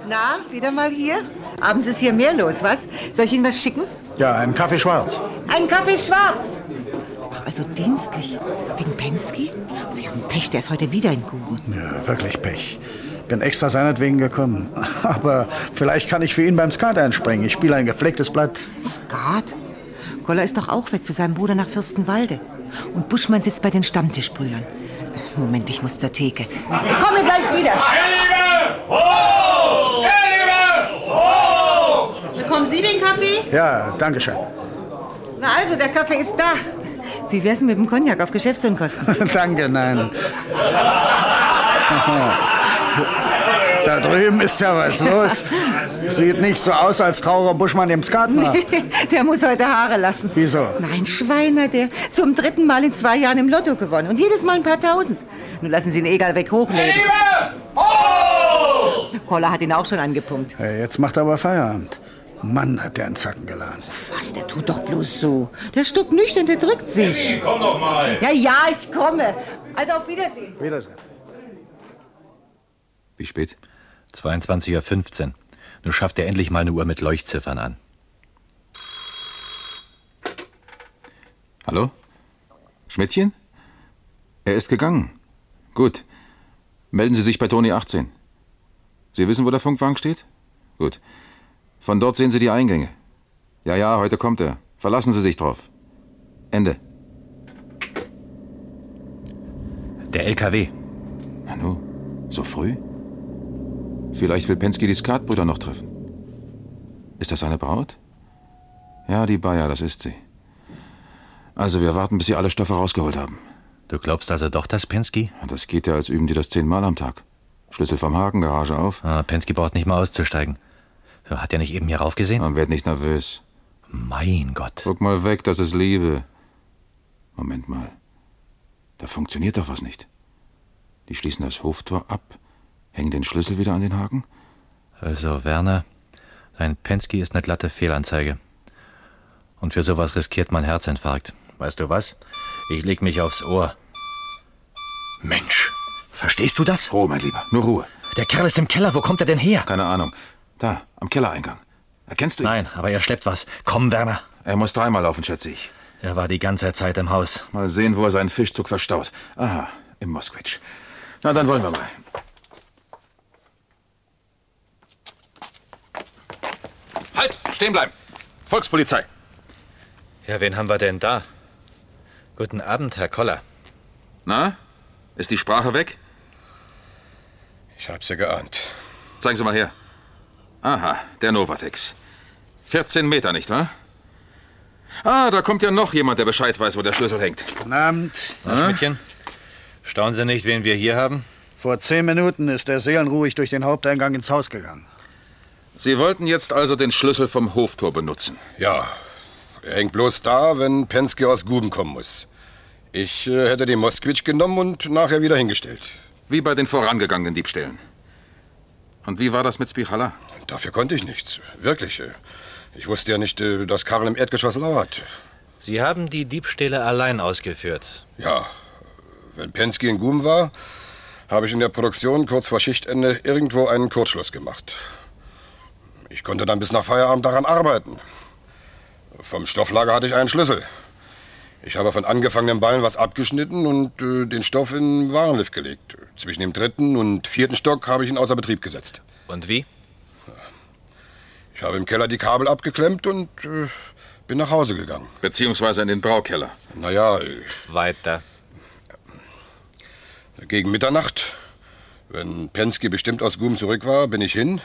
Na, wieder mal hier? Abends ist hier mehr los, was? Soll ich Ihnen was schicken?
Ja, einen Kaffee schwarz.
Ein Kaffee schwarz! Ach, also dienstlich. Wegen Penske? Sie haben Pech, der ist heute wieder in Kuchen.
Ja, wirklich Pech. Bin extra seinetwegen gekommen. [LAUGHS] Aber vielleicht kann ich für ihn beim Skat einspringen. Ich spiele ein gepflegtes Blatt.
Skat? Koller ist doch auch weg zu seinem Bruder nach Fürstenwalde. Und Buschmann sitzt bei den Stammtischbrüdern. Moment, ich muss zur Theke. Ich komme gleich wieder.
Heilige! Hoch! Heilige! Hoch!
Bekommen Sie den Kaffee?
Ja, danke schön.
Na also, der Kaffee ist da. Wie wär's denn mit dem Cognac auf Geschäftsunkosten?
[LAUGHS] danke, nein. Da drüben ist ja was los. Sieht nicht so aus, als trauere Buschmann dem Skat nach.
der muss heute Haare lassen.
Wieso?
Nein, Schweiner, der zum dritten Mal in zwei Jahren im Lotto gewonnen und jedes Mal ein paar Tausend. Nun lassen Sie ihn eh egal weg hochleben. Koller hat ihn auch schon angepumpt.
Hey, jetzt macht er aber Feierabend. Mann, hat der einen Zacken geladen.
Was, der tut doch bloß so. Der ist nüchtern, der drückt sich.
Komm doch mal!
Ja, ja, ich komme. Also auf Wiedersehen.
Wiedersehen.
Wie spät?
22.15 Uhr. Nun schafft er endlich mal eine Uhr mit Leuchtziffern an.
Hallo? Schmidtchen? Er ist gegangen. Gut. Melden Sie sich bei Toni 18. Sie wissen, wo der Funkwagen steht? Gut. Von dort sehen Sie die Eingänge. Ja, ja, heute kommt er. Verlassen Sie sich drauf. Ende.
Der LKW.
Nanu, so früh? Vielleicht will Penske die Skatbrüder noch treffen. Ist das seine Braut? Ja, die Bayer, das ist sie. Also, wir warten, bis sie alle Stoffe rausgeholt haben.
Du glaubst also doch, dass Penske?
Das geht ja, als üben die das zehnmal am Tag. Schlüssel vom Haken, Garage auf.
Ah, Penske braucht nicht mal auszusteigen. Hat er nicht eben hier raufgesehen?
Man wird nicht nervös.
Mein Gott.
Guck mal weg, das ist Liebe. Moment mal. Da funktioniert doch was nicht. Die schließen das Hoftor ab, hängen den Schlüssel wieder an den Haken.
Also, Werner, dein Penske ist eine glatte Fehlanzeige. Und für sowas riskiert man Herzinfarkt. Weißt du was? Ich leg mich aufs Ohr. Mensch, verstehst du das?
Ruhe, mein Lieber, nur Ruhe.
Der Kerl ist im Keller, wo kommt er denn her?
Keine Ahnung. Da, am Kellereingang. Erkennst du ihn?
Nein, aber er schleppt was. Komm, Werner.
Er muss dreimal laufen, schätze ich.
Er war die ganze Zeit im Haus.
Mal sehen, wo er seinen Fischzug verstaut. Aha, im Moskwitsch. Na, dann wollen wir mal. Halt! Stehen bleiben! Volkspolizei!
Ja, wen haben wir denn da? Guten Abend, Herr Koller.
Na? Ist die Sprache weg?
Ich hab's ja geahnt.
Zeigen Sie mal her. Aha, der Novatex. 14 Meter, nicht wahr? Ah, da kommt ja noch jemand, der Bescheid weiß, wo der Schlüssel hängt. Hm?
Guten Abend.
Na, Schmidtchen? Staunen Sie nicht, wen wir hier haben?
Vor zehn Minuten ist er seelenruhig durch den Haupteingang ins Haus gegangen.
Sie wollten jetzt also den Schlüssel vom Hoftor benutzen.
Ja, er hängt bloß da, wenn Penske aus Guben kommen muss. Ich äh, hätte den Moskwitsch genommen und nachher wieder hingestellt.
Wie bei den vorangegangenen Diebstählen. Und wie war das mit Spichala?
Dafür konnte ich nichts. Wirklich. äh, Ich wusste ja nicht, äh, dass Karl im Erdgeschoss lauert.
Sie haben die Diebstähle allein ausgeführt.
Ja, wenn Penske in Guben war, habe ich in der Produktion kurz vor Schichtende irgendwo einen Kurzschluss gemacht. Ich konnte dann bis nach Feierabend daran arbeiten. Vom Stofflager hatte ich einen Schlüssel. Ich habe von angefangenen Ballen was abgeschnitten und äh, den Stoff in den Warenlift gelegt. Zwischen dem dritten und vierten Stock habe ich ihn außer Betrieb gesetzt.
Und wie?
Ich habe im Keller die Kabel abgeklemmt und äh, bin nach Hause gegangen.
Beziehungsweise in den Braukeller.
Naja,
Weiter.
Gegen Mitternacht, wenn Penske bestimmt aus Gum zurück war, bin ich hin,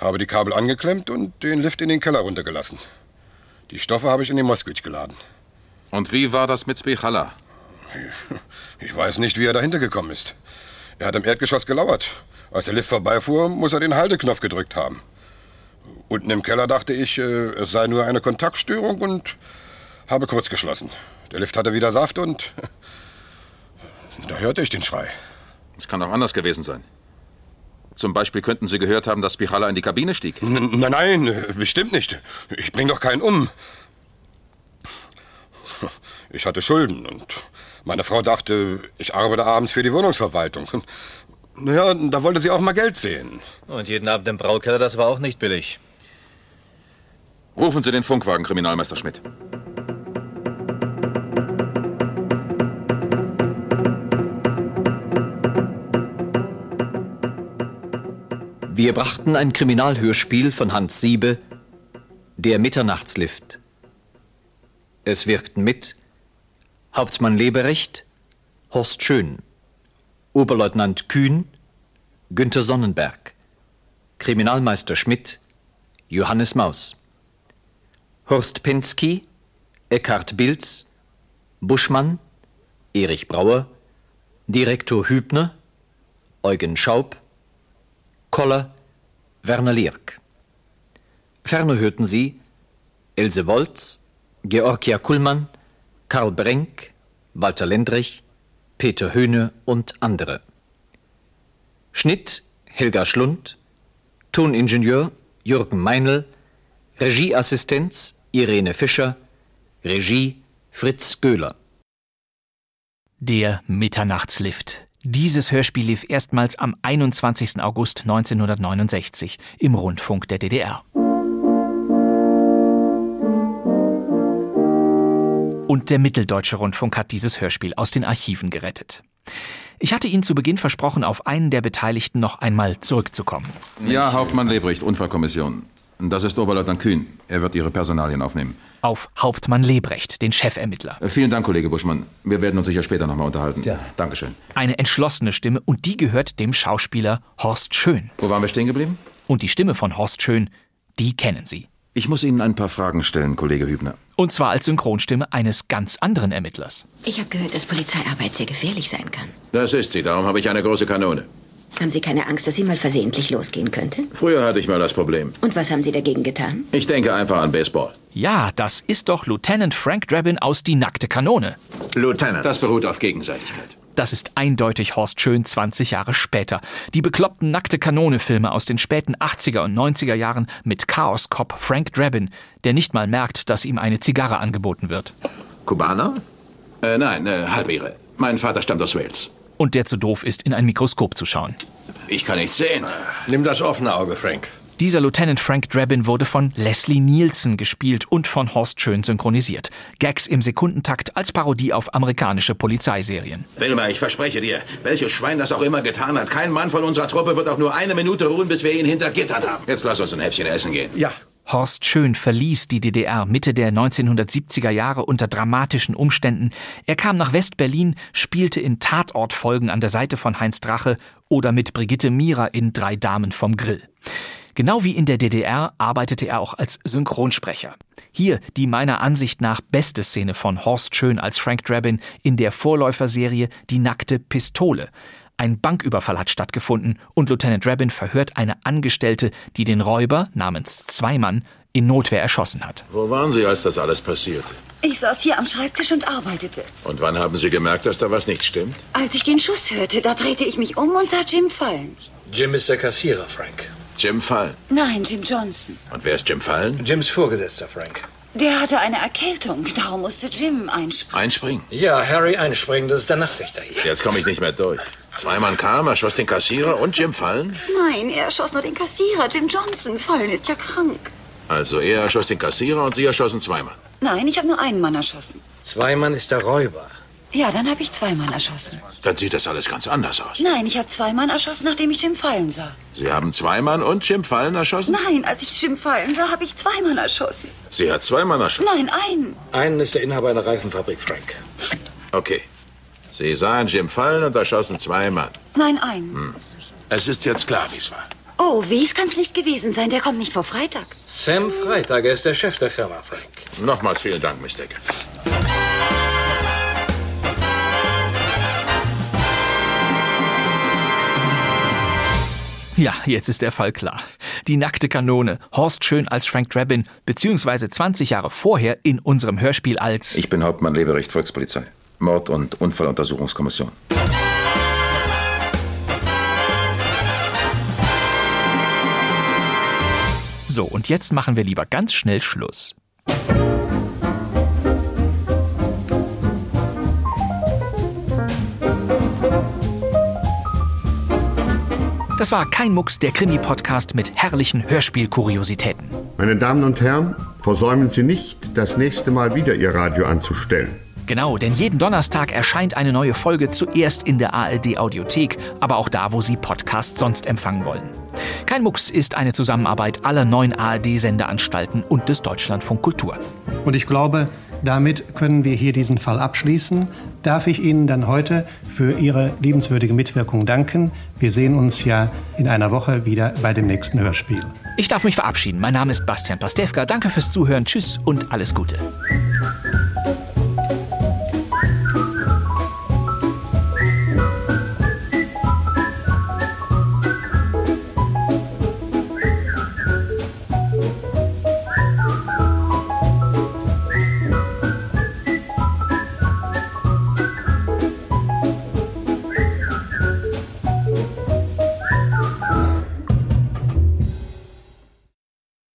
habe die Kabel angeklemmt und den Lift in den Keller runtergelassen. Die Stoffe habe ich in den Moskwitsch geladen.
Und wie war das mit Spichala?
Ich weiß nicht, wie er dahinter gekommen ist. Er hat im Erdgeschoss gelauert. Als der Lift vorbeifuhr, muss er den Halteknopf gedrückt haben. Unten im Keller dachte ich, äh, es sei nur eine Kontaktstörung und habe kurz geschlossen. Der Lift hatte wieder Saft und [LAUGHS] da hörte ich den Schrei.
Es kann auch anders gewesen sein. Zum Beispiel könnten Sie gehört haben, dass Spichala in die Kabine stieg.
N nein, nein, äh, bestimmt nicht. Ich bring doch keinen um. Ich hatte Schulden und meine Frau dachte, ich arbeite abends für die Wohnungsverwaltung. Naja, da wollte sie auch mal Geld sehen.
Und jeden Abend im Braukeller, das war auch nicht billig.
Rufen Sie den Funkwagen, Kriminalmeister Schmidt.
Wir brachten ein Kriminalhörspiel von Hans Siebe, Der Mitternachtslift. Es wirkten mit Hauptmann Leberecht, Horst Schön, Oberleutnant Kühn, Günther Sonnenberg, Kriminalmeister Schmidt, Johannes Maus, Horst Pensky, Eckhard Bilz, Buschmann, Erich Brauer, Direktor Hübner, Eugen Schaub, Koller, Werner Lierk. Ferner hörten sie Else Wolz, Georgia Kuhlmann, Karl Brenk, Walter Lendrich, Peter Höhne und andere. Schnitt Helga Schlund, Toningenieur Jürgen Meinl, Regieassistenz Irene Fischer, Regie Fritz Göhler.
Der Mitternachtslift. Dieses Hörspiel lief erstmals am 21. August 1969 im Rundfunk der DDR. Und der Mitteldeutsche Rundfunk hat dieses Hörspiel aus den Archiven gerettet. Ich hatte Ihnen zu Beginn versprochen, auf einen der Beteiligten noch einmal zurückzukommen.
Ja, Hauptmann Lebrecht, Unfallkommission.
Das ist Oberleutnant Kühn. Er wird Ihre Personalien aufnehmen.
Auf Hauptmann Lebrecht, den Chefermittler.
Äh,
Vielen Dank, Kollege Buschmann. Wir werden uns sicher später nochmal unterhalten. Ja. Dankeschön.
Eine entschlossene Stimme und die gehört dem Schauspieler Horst Schön.
Wo waren wir stehen geblieben?
Und die Stimme von Horst Schön, die kennen Sie.
Ich muss Ihnen ein paar Fragen stellen, Kollege Hübner.
Und zwar als Synchronstimme eines ganz anderen Ermittlers.
Ich habe gehört, dass Polizeiarbeit sehr gefährlich sein kann.
Das ist sie, darum habe ich eine große Kanone.
Haben Sie keine Angst, dass sie mal versehentlich losgehen könnte?
Früher hatte ich mal das Problem.
Und was haben Sie dagegen getan?
Ich denke einfach an Baseball.
Ja, das ist doch Lieutenant Frank Drabin aus Die nackte Kanone.
Lieutenant. Das beruht auf Gegenseitigkeit.
Das ist eindeutig Horst Schön 20 Jahre später. Die bekloppten nackte Kanone-Filme aus den späten 80er und 90er Jahren mit Chaos-Cop Frank Drabin, der nicht mal merkt, dass ihm eine Zigarre angeboten wird.
Kubaner? Äh, nein, äh, Halbire. Mein Vater stammt aus Wales.
Und der zu doof ist, in ein Mikroskop zu schauen.
Ich kann nichts sehen. Nimm das offene Auge, Frank.
Dieser Lieutenant Frank Drabin wurde von Leslie Nielsen gespielt und von Horst Schön synchronisiert. Gags im Sekundentakt als Parodie auf amerikanische Polizeiserien.
Wilma, ich verspreche dir, welches Schwein das auch immer getan hat, kein Mann von unserer Truppe wird auch nur eine Minute ruhen, bis wir ihn hinter Gittern haben. Jetzt lass uns ein Häppchen essen gehen.
Ja. Horst Schön verließ die DDR Mitte der 1970er Jahre unter dramatischen Umständen. Er kam nach West-Berlin, spielte in Tatortfolgen an der Seite von Heinz Drache oder mit Brigitte Mira in Drei Damen vom Grill. Genau wie in der DDR arbeitete er auch als Synchronsprecher. Hier die meiner Ansicht nach beste Szene von Horst Schön als Frank Drabin in der Vorläuferserie Die nackte Pistole. Ein Banküberfall hat stattgefunden und Lieutenant Drabin verhört eine Angestellte, die den Räuber namens Zweimann in Notwehr erschossen hat.
Wo waren Sie, als das alles passiert?
Ich saß hier am Schreibtisch und arbeitete.
Und wann haben Sie gemerkt, dass da was nicht stimmt?
Als ich den Schuss hörte, da drehte ich mich um und sah Jim fallen.
Jim ist der Kassierer, Frank.
Jim Fallen.
Nein, Jim Johnson.
Und wer ist Jim Fallen?
Jims Vorgesetzter, Frank.
Der hatte eine Erkältung, darum musste Jim einspringen.
Einspringen?
Ja, Harry einspringen, das ist der Nachrichter hier.
Jetzt komme ich nicht mehr durch. Zwei Mann kamen, erschoss den Kassierer und Jim Fallen?
Nein, er erschoss nur den Kassierer. Jim Johnson fallen ist ja krank.
Also er erschoss den Kassierer und Sie erschossen zwei Mann.
Nein, ich habe nur einen Mann erschossen.
Zwei Mann ist der Räuber.
Ja, dann habe ich zwei Mann erschossen.
Dann sieht das alles ganz anders aus.
Nein, ich habe zwei Mann erschossen, nachdem ich Jim fallen sah.
Sie haben zwei Mann und Jim Fallen erschossen?
Nein, als ich Jim fallen sah, habe ich zwei Mann erschossen.
Sie hat zwei Mann erschossen?
Nein, einen.
Einen ist der Inhaber einer Reifenfabrik, Frank.
Okay. Sie sahen Jim fallen und erschossen zwei Mann.
Nein, einen. Hm.
Es ist jetzt klar, wie es war.
Oh, wie's kann's nicht gewesen sein? Der kommt nicht vor Freitag.
Sam Freitag, er ist der Chef der Firma, Frank.
Nochmals vielen Dank, Miss Decker.
Ja, jetzt ist der Fall klar. Die nackte Kanone, Horst Schön als Frank Drabin, beziehungsweise 20 Jahre vorher in unserem Hörspiel als.
Ich bin Hauptmann Leberecht Volkspolizei. Mord- und Unfalluntersuchungskommission.
So, und jetzt machen wir lieber ganz schnell Schluss. Das war kein Mucks, der Krimi-Podcast mit herrlichen Hörspielkuriositäten.
Meine Damen und Herren, versäumen Sie nicht, das nächste Mal wieder Ihr Radio anzustellen.
Genau, denn jeden Donnerstag erscheint eine neue Folge zuerst in der ARD Audiothek, aber auch da, wo Sie Podcasts sonst empfangen wollen. Kein Mucks ist eine Zusammenarbeit aller neuen ARD-Sendeanstalten und des Deutschlandfunk Kultur.
Und ich glaube, damit können wir hier diesen Fall abschließen. Darf ich Ihnen dann heute für Ihre liebenswürdige Mitwirkung danken. Wir sehen uns ja in einer Woche wieder bei dem nächsten Hörspiel.
Ich darf mich verabschieden. Mein Name ist Bastian Pastewka. Danke fürs Zuhören. Tschüss und alles Gute.